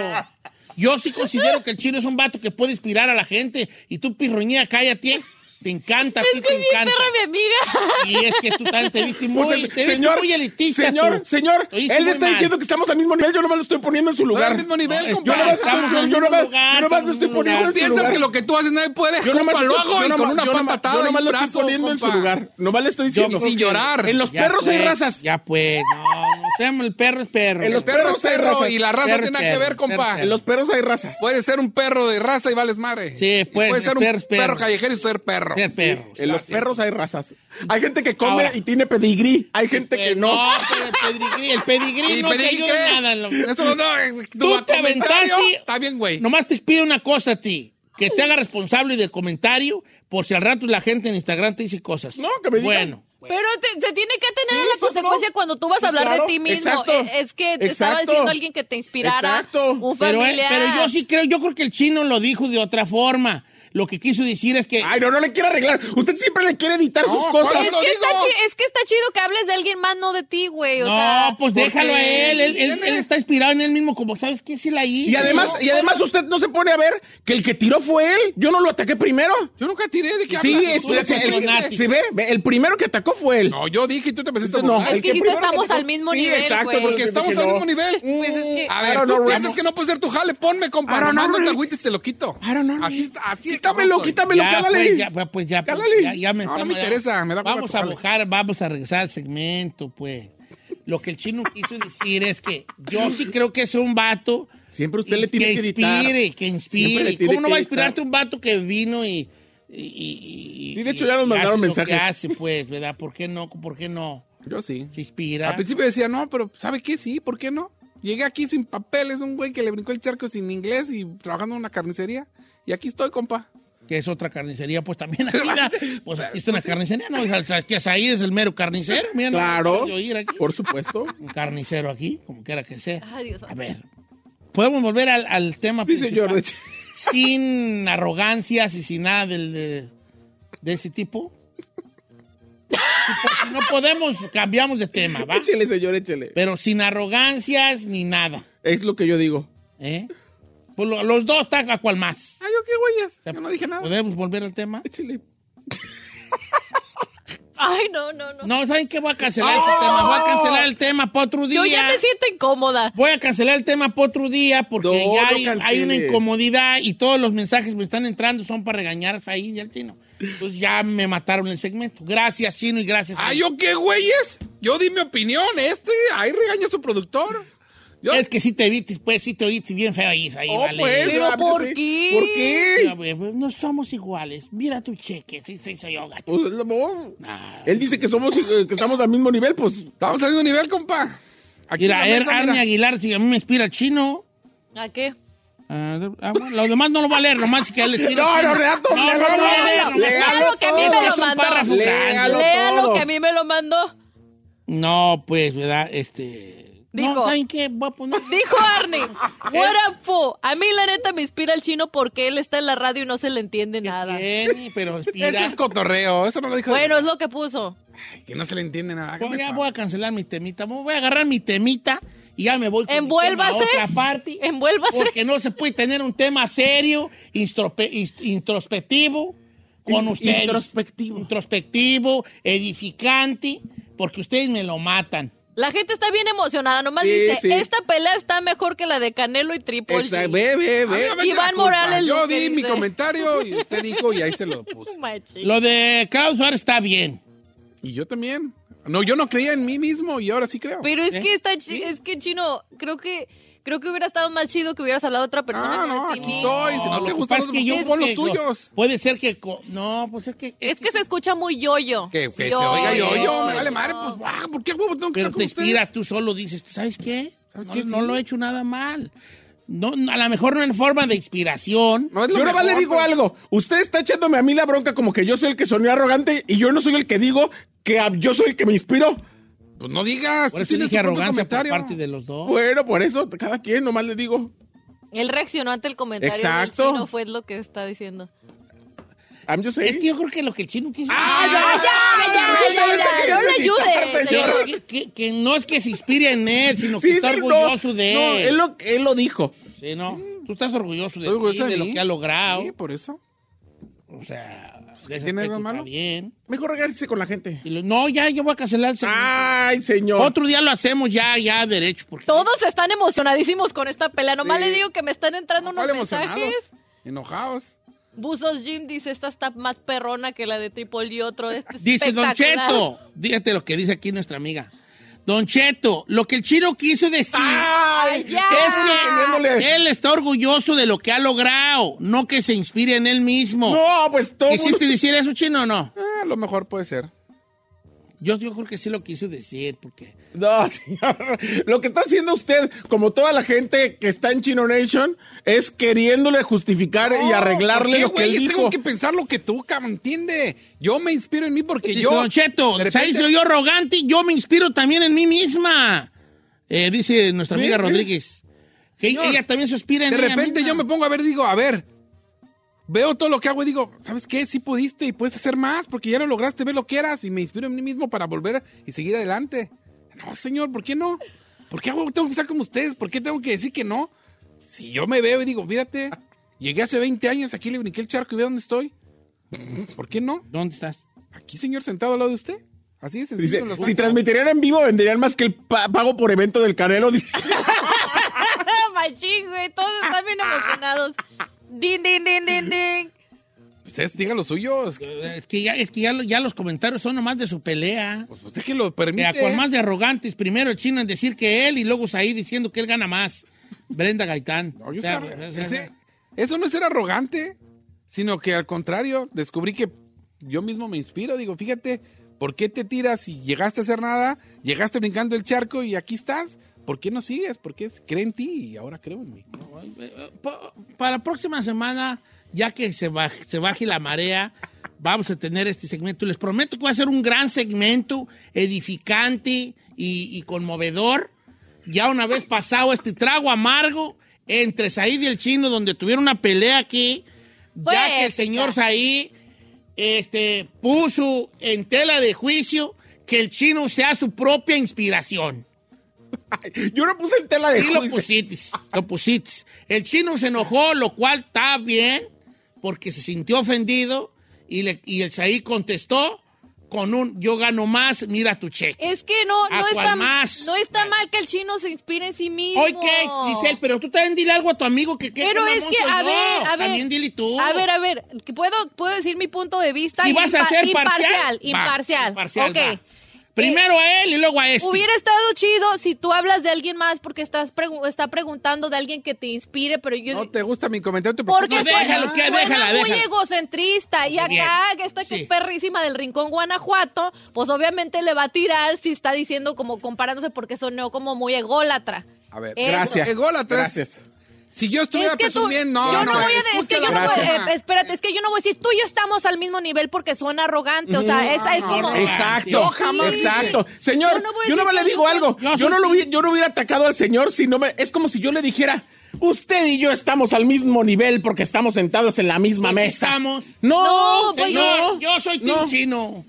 Speaker 2: Yo sí considero que el chino es un vato que puede inspirar a la gente y tú pirruñía, cállate. Te encanta, a ti
Speaker 3: Es que
Speaker 2: te
Speaker 3: es mi
Speaker 2: encanta.
Speaker 3: perra, mi amiga.
Speaker 2: Y es que tú también te viste muy,
Speaker 4: O sea,
Speaker 2: te viste muy elitista.
Speaker 4: Pues señor,
Speaker 2: tú.
Speaker 4: señor,
Speaker 2: Te viste
Speaker 4: él
Speaker 2: muy
Speaker 4: está
Speaker 2: mal.
Speaker 4: diciendo que estamos al mismo nivel, yo nomás lo estoy poniendo en su
Speaker 5: Estoy
Speaker 4: lugar.
Speaker 5: al mismo nivel,
Speaker 2: No, es- no
Speaker 4: Yo
Speaker 5: compadre.
Speaker 4: nomás estoy,
Speaker 2: Estamos
Speaker 4: yo,
Speaker 2: al
Speaker 4: yo
Speaker 2: mismo
Speaker 4: nomás,
Speaker 2: lugar,
Speaker 4: yo nomás
Speaker 2: estamos
Speaker 4: lo estoy
Speaker 2: en un
Speaker 4: poniendo
Speaker 2: lugar.
Speaker 4: en su
Speaker 5: Piensas
Speaker 4: lugar.
Speaker 5: que lo que tú haces nadie puede.
Speaker 4: yo nomás,
Speaker 5: compa, lo
Speaker 4: estoy- yo
Speaker 5: hago y con
Speaker 4: nomás-
Speaker 5: una
Speaker 4: yo
Speaker 5: pata
Speaker 4: nomás-
Speaker 5: atada
Speaker 4: Yo
Speaker 5: y
Speaker 4: nomás
Speaker 5: un
Speaker 4: lo estoy
Speaker 5: brazo,
Speaker 4: poniendo en su
Speaker 5: compa.
Speaker 4: lugar. Nomás le estoy
Speaker 5: Yo
Speaker 4: diciendo.
Speaker 5: sin llorar.
Speaker 4: En los
Speaker 2: Ya
Speaker 4: perros hay
Speaker 2: pues,
Speaker 4: razas.
Speaker 2: Ya pues, no, no sé, el perro es perro.
Speaker 4: En los
Speaker 2: perros
Speaker 5: Perro es perro
Speaker 4: razas.
Speaker 5: y la raza
Speaker 2: Perro
Speaker 5: tiene
Speaker 2: es
Speaker 5: que
Speaker 2: perro,
Speaker 5: ver, compa.
Speaker 2: perro
Speaker 4: En los perros hay razas.
Speaker 5: Puede ser un perro de raza y vales madre.
Speaker 2: Sí, pues,
Speaker 5: Puede ser un
Speaker 2: perro es
Speaker 5: perro,
Speaker 2: perro.
Speaker 5: callejero y ser perro.
Speaker 2: Ser perro.
Speaker 4: En los perros hay razas. Hay gente que come
Speaker 2: Ahora.
Speaker 4: y tiene pedigrí. Hay gente que
Speaker 2: Eh,
Speaker 4: no.
Speaker 2: No, pero el pedigrí, el pedigrí
Speaker 5: Y
Speaker 2: no te
Speaker 5: pedí
Speaker 2: ayuda
Speaker 5: que-
Speaker 2: en nada. lo-
Speaker 5: Eso no, no, eh,
Speaker 2: Tú
Speaker 5: tu
Speaker 2: te
Speaker 5: comentario
Speaker 2: aventaste.
Speaker 5: Está bien, güey.
Speaker 2: Nomás te pido una cosa a ti. Que te haga responsable del comentario por si al rato la gente en Instagram te dice cosas.
Speaker 4: No, que me digan.
Speaker 2: Bueno.
Speaker 3: Pero te- se tiene que tener
Speaker 4: Sí,
Speaker 3: la
Speaker 4: eso
Speaker 3: consecuencia
Speaker 4: no.
Speaker 3: cuando tú vas
Speaker 4: Sí,
Speaker 3: a hablar
Speaker 4: claro.
Speaker 3: de ti mismo.
Speaker 4: Exacto.
Speaker 3: Eh, Es que te estaba
Speaker 4: Exacto.
Speaker 3: diciendo alguien que te inspirara,
Speaker 4: Exacto.
Speaker 3: un
Speaker 2: Pero, eh,
Speaker 3: familiar.
Speaker 2: pero yo sí creo, yo creo que el chino lo dijo de otra forma. Lo que quiso decir es que.
Speaker 4: Ay, no, no le quiere arreglar. Usted siempre le quiere editar sus cosas.
Speaker 3: Es
Speaker 5: lo
Speaker 3: que, está
Speaker 5: digo.
Speaker 3: chi- es que está chido que hables de alguien más, no de ti, güey. O
Speaker 2: no,
Speaker 3: sea,
Speaker 2: pues
Speaker 5: porque
Speaker 2: déjalo a él. Él, él-
Speaker 5: tiene-
Speaker 2: él está inspirado en él mismo, como sabes que sí la hice.
Speaker 4: Y además, y además usted no se pone a ver que el que tiró fue él. Yo no lo ataqué primero.
Speaker 5: Yo nunca tiré de que
Speaker 4: Sí,
Speaker 5: hablas?
Speaker 4: es,
Speaker 5: Tú
Speaker 4: es-
Speaker 5: eres
Speaker 4: el-
Speaker 5: personaje.
Speaker 4: se ve, ve, el primero que atacó fue él.
Speaker 5: No, yo dije y tú te empezaste a
Speaker 4: No,
Speaker 5: burlar.
Speaker 4: el
Speaker 3: Es que dijiste,
Speaker 4: primero
Speaker 3: estamos
Speaker 4: atacó-
Speaker 3: al mismo
Speaker 4: Sí,
Speaker 3: nivel,
Speaker 4: exacto,
Speaker 3: güey.
Speaker 4: porque
Speaker 5: Estamos
Speaker 4: dije,
Speaker 5: al
Speaker 4: no.
Speaker 5: mismo nivel.
Speaker 3: pues es que.
Speaker 5: A
Speaker 4: I
Speaker 5: ver,
Speaker 4: don't
Speaker 5: tú
Speaker 4: know,
Speaker 5: piensas
Speaker 4: Rambo.
Speaker 5: que no puede ser tu jale, ponme,
Speaker 4: I
Speaker 5: compa.
Speaker 4: don't
Speaker 5: Nomás
Speaker 4: know,
Speaker 5: no te
Speaker 4: Rambo.
Speaker 5: agüites, te lo quito.
Speaker 4: I don't know,
Speaker 5: Así, así.
Speaker 4: Quítamelo,
Speaker 5: cabrón soy.
Speaker 4: quítamelo,
Speaker 2: ya,
Speaker 4: cálale.
Speaker 2: Pues, ya, pues, pues, ya, pues,
Speaker 4: Cálale.
Speaker 2: ya, ya me
Speaker 5: No,
Speaker 2: está-
Speaker 5: no me interesa, me da hueva
Speaker 2: Vamos a
Speaker 5: tocarle.
Speaker 2: bajar, vamos a regresar al segmento, pues. Lo que el chino quiso decir es que yo sí creo que es un vato.
Speaker 4: Siempre usted le tiene que editar.
Speaker 2: inspire, que
Speaker 4: Siempre le
Speaker 2: inspire.
Speaker 4: tiene
Speaker 2: ¿Cómo no
Speaker 4: que
Speaker 2: va a
Speaker 4: editar.
Speaker 2: inspirarte un vato que vino y. y- y- y-
Speaker 4: Sí, de hecho,
Speaker 2: y-
Speaker 4: ya nos
Speaker 2: y
Speaker 4: mandaron
Speaker 2: hace lo
Speaker 4: mensajes.
Speaker 2: que hace, pues, ¿verdad? ¿Por qué no? ¿Por qué no?
Speaker 5: Yo sí.
Speaker 2: Se inspira.
Speaker 5: Al principio decía, no, pero ¿sabe qué? Sí, ¿por qué no? Llegué aquí sin papeles, un güey que le brincó el charco sin inglés y trabajando en una carnicería. Y aquí estoy, compa.
Speaker 2: que es otra carnicería, pues también aquí,
Speaker 4: [LAUGHS]
Speaker 2: ¿verdad? Pues aquí está una carnicería, ¿no? O sea, que ahí es el mero carnicero, mira. no
Speaker 4: Claro,
Speaker 2: puedo yo ir aquí.
Speaker 4: por supuesto.
Speaker 2: Un carnicero aquí, como quiera que sea.
Speaker 3: Ay, Dios.
Speaker 2: A ver, podemos volver al, al tema
Speaker 4: Sí, señor. de
Speaker 2: principal?
Speaker 4: hecho. [LAUGHS]
Speaker 2: Sin arrogancias y sin nada del- de, de ese tipo. Si no podemos, cambiamos de tema, ¿va?
Speaker 4: Échele, señor, échele.
Speaker 2: Pero sin arrogancias ni nada,
Speaker 4: Es lo que yo digo.
Speaker 2: ¿eh? Pues lo- los dos, ¿a cual más?
Speaker 5: Ah, yo qué güeyes.
Speaker 2: O sea,
Speaker 5: Yo no dije nada.
Speaker 2: ¿Podemos volver al tema?
Speaker 4: Échele.
Speaker 3: Ay, no, no, no.
Speaker 2: No, ¿saben qué? Voy a cancelar
Speaker 4: ¡Oh!
Speaker 2: ese tema. Voy a cancelar el tema para otro día.
Speaker 3: Yo ya me siento incómoda.
Speaker 2: Voy a cancelar el tema para otro día porque
Speaker 4: No,
Speaker 2: ya
Speaker 4: no
Speaker 2: hay,
Speaker 4: cancele.
Speaker 2: hay una incomodidad y todos los mensajes que me están entrando son para regañar a ahí y al chino. Entonces ya me mataron el segmento. Gracias, chino, y gracias.
Speaker 5: Ah,
Speaker 2: Said.
Speaker 5: yo qué güeyes. Yo di mi opinión, este. Ahí regaña a su productor. Yo,
Speaker 2: Es que sí te viste, pues sí te oíste bien feo ahí, ahí
Speaker 4: Oh,
Speaker 2: vale.
Speaker 4: pues,
Speaker 3: Pero
Speaker 4: ah,
Speaker 3: ¿por
Speaker 4: sí.
Speaker 3: qué?
Speaker 4: ¿Por qué?
Speaker 2: Ya, güey, pues, No somos iguales. Mira tu cheque. Sí, sí, soy yo, gacho.
Speaker 4: Pues, es lo mismo.
Speaker 2: Ah.
Speaker 4: Él dice que somos eh, que estamos al mismo nivel, pues
Speaker 5: estamos al mismo nivel, compa. Aquí
Speaker 2: Mira,
Speaker 5: en la
Speaker 2: Er-
Speaker 5: mesa,
Speaker 2: Arne
Speaker 5: mira.
Speaker 2: Aguilar, si a mí me inspira el chino.
Speaker 3: ¿A qué?
Speaker 2: Ah, ah, bueno, lo demás no lo va a leer, nomás que él le tira
Speaker 4: No,
Speaker 2: el chino.
Speaker 4: no, Renato,
Speaker 2: no,
Speaker 4: léalo
Speaker 2: no,
Speaker 4: todo.
Speaker 2: no, léalo, nomás-
Speaker 4: Léalo
Speaker 3: Léalo, que a mí
Speaker 4: todo.
Speaker 3: me
Speaker 2: Es
Speaker 3: lo
Speaker 2: un
Speaker 3: mandó.
Speaker 2: párrafo
Speaker 4: Léalo
Speaker 2: grande.
Speaker 3: Léalo,
Speaker 4: todo.
Speaker 3: que a mí me lo mandó.
Speaker 2: No, pues, ¿verdad? Este. No,
Speaker 3: Digo.
Speaker 2: ¿saben qué? Voy a poner.
Speaker 3: Dijo Arnie, what up, fool?" A mí la neta me inspira el chino porque él está en la radio y no se le entiende nada.
Speaker 2: Jenny, pero
Speaker 3: [LAUGHS]
Speaker 2: inspira.
Speaker 5: Ese es cotorreo. Eso no lo dijo.
Speaker 3: Bueno, es lo que puso.
Speaker 5: Ay, que no se le entiende nada.
Speaker 2: Voy-
Speaker 5: Hágame
Speaker 2: ya
Speaker 5: favor.
Speaker 2: voy a cancelar mi temita. Voy a agarrar mi temita y ya me voy con mi
Speaker 3: Envuélvase.
Speaker 2: tema a otra parte.
Speaker 3: Envuélvase.
Speaker 2: Porque no se puede tener un tema serio, instrope- inst- introspectivo con
Speaker 4: In-
Speaker 2: ustedes.
Speaker 4: introspectivo.
Speaker 2: Introspectivo, edificante, porque ustedes me lo matan.
Speaker 3: La gente está bien emocionada, nomás
Speaker 4: Sí,
Speaker 3: dice,
Speaker 4: sí.
Speaker 3: esta pelea está mejor que la de Canelo y Triple G".
Speaker 4: Exacto. Ve, ve,
Speaker 5: A mí
Speaker 4: ve.
Speaker 5: no me eche la
Speaker 3: Iván
Speaker 5: culpa.
Speaker 3: Morales
Speaker 5: Yo
Speaker 3: lo que
Speaker 5: di mi
Speaker 3: dice.
Speaker 5: comentario y usted dijo y ahí se lo puse.
Speaker 3: Machi.
Speaker 2: Lo de Klaus Suárez está bien.
Speaker 5: Y yo también. No, yo no creía en mí mismo y ahora sí creo.
Speaker 3: Pero es que está chi- es que chino, creo que creo que hubiera estado más chido que hubieras hablado a otra persona
Speaker 5: Ah,
Speaker 3: que de
Speaker 5: no,
Speaker 3: ti
Speaker 5: aquí
Speaker 3: mismo.
Speaker 5: estoy. Si no
Speaker 2: lo
Speaker 5: te
Speaker 2: que
Speaker 5: gustan
Speaker 2: pasa
Speaker 5: los
Speaker 2: es que yo
Speaker 5: tuyos, pon los
Speaker 2: que- no,
Speaker 5: tuyos.
Speaker 2: Puede ser que. co- No, pues es que.
Speaker 3: Es que se escucha muy yoyo.
Speaker 5: Que que se
Speaker 3: Yo-yo,
Speaker 5: oiga yo, yo, me vale
Speaker 3: Ah, yo.
Speaker 5: madre, pues, ah, ¿por qué huevo tengo que
Speaker 2: Pero te
Speaker 5: estar con ustedes?
Speaker 2: inspiras, tú solo dices, ¿tú sabes qué?
Speaker 5: ¿Sabes
Speaker 2: no,
Speaker 5: qué?
Speaker 2: no
Speaker 5: Sí.
Speaker 2: lo he hecho nada mal. No, no, a lo mejor no en forma de inspiración.
Speaker 5: No es
Speaker 4: Yo
Speaker 5: lo
Speaker 4: nomás
Speaker 5: mejor,
Speaker 4: le digo
Speaker 5: pero-
Speaker 4: algo. Usted está echándome a mí la bronca como que yo soy el que soné arrogante y yo no soy el que digo que a- yo soy el que me inspiro.
Speaker 5: Pues no digas,
Speaker 2: Por
Speaker 5: tú
Speaker 2: eso
Speaker 5: tienes tu
Speaker 2: dije
Speaker 5: propio
Speaker 2: arrogancia por
Speaker 5: comentario.
Speaker 2: parte de los dos.
Speaker 4: Bueno, por eso, cada quien nomás le digo.
Speaker 3: Él reaccionó ante el comentario
Speaker 4: Exacto.
Speaker 3: del chino, fue lo que está diciendo.
Speaker 4: I'm just
Speaker 2: es
Speaker 4: saying.
Speaker 2: que yo creo que lo que el chino quiso...
Speaker 4: Ah,
Speaker 3: ya, ya, ya, ya, ya, ya, no le ayude,
Speaker 2: Yo creo
Speaker 3: señor.
Speaker 2: que, que- que no es que se inspire en él, sino que
Speaker 4: Sí,
Speaker 2: está
Speaker 4: sí, no,
Speaker 2: orgulloso de
Speaker 4: no,
Speaker 2: él.
Speaker 4: él lo, él lo dijo.
Speaker 2: Sí, no. Tú estás orgulloso de,
Speaker 5: Estoy
Speaker 2: ti,
Speaker 5: orgulloso
Speaker 2: de,
Speaker 5: de
Speaker 2: lo
Speaker 5: mí.
Speaker 2: que ha logrado.
Speaker 5: Sí, por eso.
Speaker 2: O sea, Les
Speaker 5: ¿Tiene algo
Speaker 2: respeto,
Speaker 5: malo?
Speaker 2: Está bien.
Speaker 4: Mejor regálese con la gente.
Speaker 2: Y lo- no, ya, yo voy a cancelar el segmento.
Speaker 4: Ay, señor.
Speaker 2: Otro día lo hacemos ya, ya, derecho. Porque
Speaker 6: Todos están emocionadísimos con esta pelea. Nomás
Speaker 5: Sí.
Speaker 6: le digo que me están entrando unos
Speaker 5: ¿Cuál emocionados?
Speaker 6: mensajes.
Speaker 5: Enojados.
Speaker 6: Buzos Jim dice, esta está más perrona que la de Tripoli y otro. Este es
Speaker 2: Dice Don
Speaker 6: espectacular". [LAUGHS]
Speaker 2: Cheto, dígate lo que dice aquí nuestra amiga. Don Cheto, lo que el chino quiso decir
Speaker 4: Ay,
Speaker 6: ya.
Speaker 2: es que
Speaker 4: entendiéndole.
Speaker 2: él está orgulloso de lo que ha logrado, no que se inspire en él mismo.
Speaker 4: No, pues todo.
Speaker 2: ¿Quisiste decir eso, chino o no?
Speaker 5: Ah, a lo mejor puede ser.
Speaker 2: Yo, yo creo que sí lo quiso decir, porque...
Speaker 4: No, [LAUGHS] señor. Lo que está haciendo usted, como toda la gente que está en Chino Nation, es queriéndole justificar y arreglarle
Speaker 5: ¿Por qué,
Speaker 4: lo que él
Speaker 5: güey?
Speaker 4: dijo.
Speaker 5: Tengo que pensar lo que tú, cabrón, entiende. Yo me inspiro en mí porque
Speaker 2: Dice
Speaker 5: yo.
Speaker 2: Don Cheto,
Speaker 5: de
Speaker 2: ahí
Speaker 5: repente-
Speaker 2: soy yo arrogante y yo me inspiro también en mí misma. Eh, dice nuestra amiga
Speaker 4: Bien, bien.
Speaker 2: Rodríguez. Que
Speaker 5: Señor,
Speaker 2: ella también se inspira en
Speaker 5: De
Speaker 2: ella
Speaker 5: repente
Speaker 2: misma.
Speaker 5: yo me pongo a ver, digo, a ver, veo todo lo que hago y digo, ¿sabes qué? Sí pudiste y puedes hacer más porque ya lo lograste, ve lo que eras y me inspiro en mí mismo para volver y seguir adelante. No, señor, ¿por qué no? ¿Por qué hago- tengo que estar como ustedes? ¿Por qué tengo que decir que no? Si yo me veo y digo, mírate, llegué hace 20 años, aquí le brinqué el charco y ve dónde estoy. ¿Por qué no?
Speaker 2: ¿Dónde estás?
Speaker 5: Aquí, señor, sentado al lado de usted. Así es.
Speaker 4: Dice,
Speaker 5: sencillo, lo
Speaker 4: si
Speaker 5: saco.
Speaker 4: transmitirían en vivo, venderían más que el pa- pago por evento del Canelo. Dice,
Speaker 6: Ah,
Speaker 3: Machín, güey. Todos están bien emocionados. Din, din, din, din, din.
Speaker 5: Ustedes digan lo suyo. es que-
Speaker 2: Es que, ya, es que ya, lo- ya los comentarios son nomás de su pelea.
Speaker 5: Pues usted que lo permite. ¿eh?
Speaker 2: Mira, con más de arrogantes, primero el chino en decir que él y luego ahí diciendo que él gana más. Brenda Gaitán.
Speaker 5: No, yo
Speaker 2: O sea,
Speaker 5: ser-
Speaker 2: o sea,
Speaker 5: ese- eso no es ser arrogante, sino que al contrario, descubrí que yo mismo me inspiro. Digo, fíjate, ¿por qué te tiras y llegaste a hacer nada? Llegaste brincando el charco y aquí estás. ¿Por qué no sigues? Porque es- cree en ti y ahora creo en mí.
Speaker 2: pa- Para la próxima semana, ya que se, baj- se baje la marea, vamos a tener este segmento. Les prometo que va a ser un gran segmento, edificante y, y conmovedor. Ya una vez pasado este trago amargo entre Said y el chino, donde tuvieron una pelea aquí,
Speaker 3: Fue
Speaker 2: ya que el
Speaker 3: épica.
Speaker 2: señor Said este, puso en tela de juicio que el chino sea su propia inspiración.
Speaker 4: yo no puse en tela de
Speaker 2: Sí, lo
Speaker 4: juicio.
Speaker 2: pusiste, lo pusiste. El chino se enojó, lo cual está bien, porque se sintió ofendido y, le- y el Saí contestó con un yo gano más, mira tu cheque.
Speaker 3: Es que no,
Speaker 2: ¿A
Speaker 3: no
Speaker 2: cuál
Speaker 3: está,
Speaker 2: más?
Speaker 3: no está mal que el chino se inspire en sí mismo.
Speaker 2: Oye, ¿qué? Giselle, pero tú también dile algo a tu amigo que que
Speaker 3: Pero
Speaker 2: qué
Speaker 3: es
Speaker 2: mamón
Speaker 3: que,
Speaker 2: soy
Speaker 3: a
Speaker 2: yo.
Speaker 3: ver, a ver.
Speaker 2: También dile tú.
Speaker 3: A ver, a ver, que ¿puedo, puedo decir mi punto de vista?
Speaker 2: si vas a
Speaker 3: Impa-
Speaker 2: ser
Speaker 3: imparcial.
Speaker 2: parcial. va,
Speaker 3: Imparcial,
Speaker 2: imparcial,
Speaker 3: Ok.
Speaker 2: va. Primero a él y luego a este.
Speaker 3: Hubiera estado chido si tú hablas de alguien más porque estás pregu- está preguntando de alguien que te inspire, pero yo...
Speaker 5: No te gusta mi comentario, te
Speaker 3: Porque
Speaker 2: No,
Speaker 5: preocupes.
Speaker 3: suena-
Speaker 2: déjalo, que-
Speaker 3: suena
Speaker 2: déjala,
Speaker 3: muy
Speaker 2: déjala.
Speaker 3: egocentrista. Y
Speaker 2: Bien,
Speaker 3: acá, que está
Speaker 2: sí.
Speaker 3: perrísima del rincón Guanajuato, pues obviamente le va a tirar si está diciendo como comparándose porque sonó como muy ególatra.
Speaker 5: A ver,
Speaker 3: Eso.
Speaker 4: Gracias.
Speaker 5: Ególatras.
Speaker 4: Gracias.
Speaker 5: Si yo estuviera
Speaker 3: Eh, Es que tú-
Speaker 5: presumiendo,
Speaker 3: yo no
Speaker 5: o sea,
Speaker 3: voy a, es
Speaker 5: escucha
Speaker 3: que yo
Speaker 5: la
Speaker 3: no voy-
Speaker 5: persona.
Speaker 3: eh, espérate, es que yo no voy a decir tú y yo estamos al mismo nivel porque suena arrogante, o sea, esa es como
Speaker 4: [LAUGHS] Exacto,
Speaker 2: Yo
Speaker 3: jamás dije.
Speaker 4: exacto. Señor,
Speaker 3: Yo no voy a
Speaker 4: yo no
Speaker 3: decir
Speaker 4: le
Speaker 3: que
Speaker 4: digo
Speaker 3: yo-
Speaker 4: algo.
Speaker 2: Yo
Speaker 4: Yo no,
Speaker 2: soy-
Speaker 4: lo hubiera, yo no hubiera atacado al señor si no me... Es como si yo le dijera, usted y yo estamos al mismo nivel porque estamos sentados en la misma
Speaker 2: Pues
Speaker 4: mesa.
Speaker 2: estamos.
Speaker 4: No,
Speaker 3: No, pues
Speaker 2: Señor,
Speaker 4: no.
Speaker 2: yo soy team
Speaker 4: No.
Speaker 2: chino.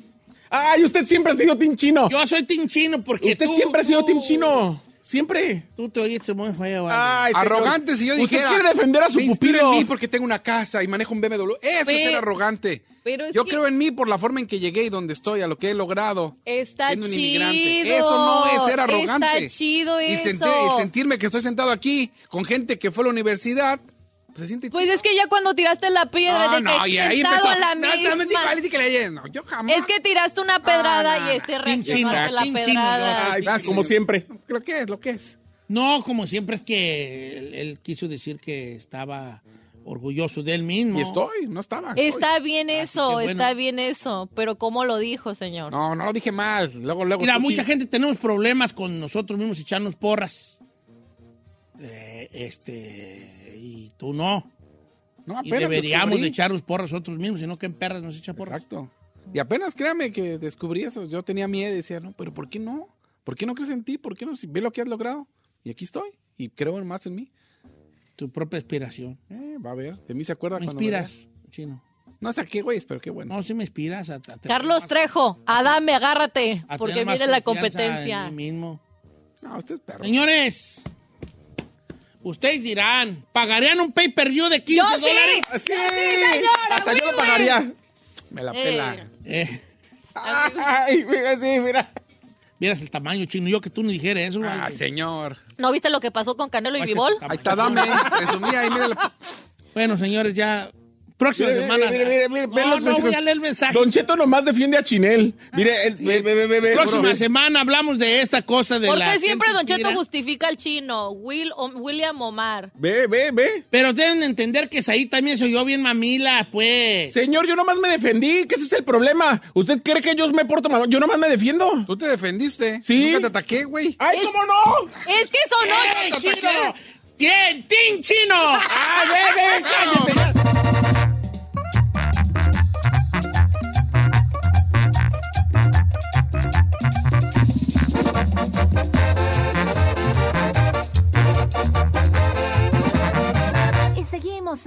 Speaker 4: Ay, usted siempre ha sido team chino.
Speaker 2: Yo soy team chino porque
Speaker 4: usted
Speaker 2: tú-
Speaker 4: siempre ha sido
Speaker 2: tú-
Speaker 4: team chino. Ah, Siempre.
Speaker 2: Tú te oíste muy feo. vale.
Speaker 4: Ay, señor.
Speaker 5: Arrogante, si yo dijera.
Speaker 4: Usted quiere defender a su
Speaker 5: "Me inspiro
Speaker 4: pupilo.
Speaker 5: en mí porque tengo una casa y manejo un BMW. Eso es
Speaker 3: Pero-
Speaker 5: ser arrogante.
Speaker 3: pero es
Speaker 5: yo
Speaker 3: que-
Speaker 5: creo en mí por la forma en que llegué y donde estoy, a lo que he logrado.
Speaker 3: Está
Speaker 5: siendo un
Speaker 3: chido.
Speaker 5: inmigrante. Eso no es ser arrogante.
Speaker 3: Está chido
Speaker 5: Y,
Speaker 3: eso.
Speaker 5: senté- y sentirme que estoy sentado aquí con gente que fue a la universidad, pues se siente
Speaker 3: Pues
Speaker 5: chido.
Speaker 3: es que ya cuando tiraste la piedra
Speaker 5: No,
Speaker 3: de que
Speaker 5: no, y ahí
Speaker 3: sentado
Speaker 5: empezó.
Speaker 3: en la
Speaker 5: No, no, me diga,
Speaker 3: misma-
Speaker 5: vale, que le haya- no, yo jamás.
Speaker 3: Es que tiraste una pedrada
Speaker 5: no,
Speaker 3: y
Speaker 5: no,
Speaker 3: este
Speaker 2: team chino,
Speaker 3: reaccionaste a la
Speaker 2: team chino,
Speaker 3: pedrada.
Speaker 4: Ay,
Speaker 5: Ah, sí,
Speaker 4: como
Speaker 5: señor.
Speaker 4: siempre.
Speaker 5: Lo que es, lo que es.
Speaker 2: No, como siempre es que él, él quiso decir que estaba orgulloso de él mismo.
Speaker 5: Y estoy, no estaba. estoy.
Speaker 3: Está bien eso,
Speaker 2: que bueno.
Speaker 3: está bien eso, pero ¿cómo lo dijo, señor?
Speaker 5: No, no lo dije mal. Luego, luego.
Speaker 2: Mira,
Speaker 5: tú
Speaker 2: mucha
Speaker 5: sí.
Speaker 2: gente tenemos problemas con nosotros mismos echarnos porras. Eh, este, y tú no.
Speaker 5: No,
Speaker 3: Ah,
Speaker 2: Y
Speaker 5: apenas
Speaker 2: deberíamos
Speaker 5: descubrí.
Speaker 2: de echarnos porras nosotros mismos, sino que en perras nos echa porras.
Speaker 5: Exacto. Y apenas créame que descubrí eso. Yo tenía miedo y decía, no, pero ¿por qué no? ¿Por qué no crees en ti? ¿Por qué no? Si ve lo que has logrado. Y aquí estoy. Y creo en más en mí.
Speaker 2: Tu propia inspiración.
Speaker 5: Eh, va a ver. De mí se acuerda
Speaker 2: Me
Speaker 5: cuando
Speaker 2: inspiras,
Speaker 5: vea.
Speaker 2: chino.
Speaker 5: No sé a qué, güey, pero qué bueno.
Speaker 2: No, sí me inspiras. A, a tener
Speaker 3: Carlos
Speaker 2: más-
Speaker 3: Trejo, Adame, agárrate,
Speaker 2: a tener
Speaker 3: porque
Speaker 2: más
Speaker 3: viene la
Speaker 2: confianza en
Speaker 3: competencia.
Speaker 2: mí mismo.
Speaker 5: No, usted es perro.
Speaker 2: Señores, ustedes dirán, ¿pagarían un pay-per-view de 15
Speaker 3: Yo sí.
Speaker 5: Ah,
Speaker 2: dólares?
Speaker 4: Así
Speaker 3: señor,
Speaker 4: Hasta yo
Speaker 3: güey.
Speaker 4: lo pagaría.
Speaker 5: Me la
Speaker 3: Eh.
Speaker 5: pela.
Speaker 2: Eh,
Speaker 4: Ay, mira, sí, mira.
Speaker 2: vieras el tamaño, chino. Yo que tú ni dijeras eso.
Speaker 5: Ah,
Speaker 2: vale.
Speaker 5: señor.
Speaker 3: ¿No viste lo que pasó con Canelo y
Speaker 2: Ay, qué
Speaker 3: Bibol?
Speaker 2: tamaño.
Speaker 5: Ahí está, dame. Presumí ahí, mira. la-
Speaker 2: Bueno, señores, ya. Próxima
Speaker 4: Mire,
Speaker 2: semana.
Speaker 4: mire, mire, mire, ve
Speaker 2: no,
Speaker 4: los
Speaker 2: no
Speaker 4: mensajes.
Speaker 2: voy a leer el mensaje.
Speaker 4: Don Cheto nomás defiende a Chinel. Mire, es- ve, ve, ve, ve, ve.
Speaker 2: Próxima
Speaker 4: Bro,
Speaker 2: semana hablamos de esta cosa de la.
Speaker 3: Porque siempre
Speaker 2: gente
Speaker 3: Don Cheto
Speaker 2: tira.
Speaker 3: justifica al chino, Will, o- William Omar.
Speaker 4: Ve, ve, ve.
Speaker 2: Pero deben de entender que ahí también soy yo bien mamila, pues.
Speaker 4: Señor, yo nomás me defendí, que ese es el problema. ¿Usted cree que yo me porto mal? Yo nomás me defiendo.
Speaker 5: Tú te defendiste.
Speaker 4: Sí. Ah,
Speaker 5: Nunca te ataqué, güey.
Speaker 4: ¡Ay,
Speaker 3: Es-
Speaker 4: cómo no!
Speaker 3: Es que eso
Speaker 2: ¡Ey,
Speaker 3: no.
Speaker 2: chino! ¡Bien, Tin Chino!
Speaker 4: ¡Ah, ve, ve, ve, cállese!
Speaker 9: Y seguimos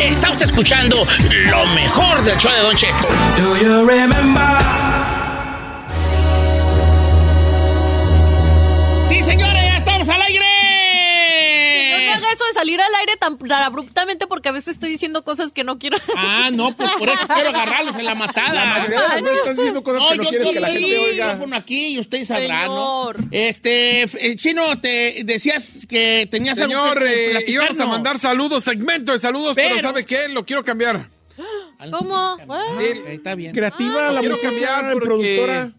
Speaker 2: Está usted escuchando lo mejor del show de Don Cheto. Sí, señores, ya estamos al
Speaker 3: No me
Speaker 2: aire.
Speaker 3: haga eso de salir al aire tan, tan abruptamente porque a veces estoy diciendo cosas que no quiero.
Speaker 2: Ah, no, pues por eso quiero agarrarlos en la matada.
Speaker 4: María, no estás haciendo cosas que no
Speaker 2: yo
Speaker 4: quieres que la
Speaker 2: tengo
Speaker 4: gente
Speaker 2: el
Speaker 4: oiga.
Speaker 2: micrófono aquí y usted sabrá,
Speaker 3: Señor.
Speaker 2: ¿no? Este, f- eh, Chino, te decías que tenías algo
Speaker 5: Señor,
Speaker 2: que
Speaker 5: eh,
Speaker 2: platicarnos.
Speaker 5: íbamos a mandar saludos, segmento de saludos, pero,
Speaker 2: Pero-
Speaker 5: ¿sabe qué? Lo quiero cambiar.
Speaker 3: ¿Cómo?
Speaker 5: Sí.
Speaker 2: Ok, Ah, está bien.
Speaker 4: Creativa, la
Speaker 5: quiero
Speaker 4: muchacha,
Speaker 5: cambiar
Speaker 4: la
Speaker 5: porque-
Speaker 4: productora.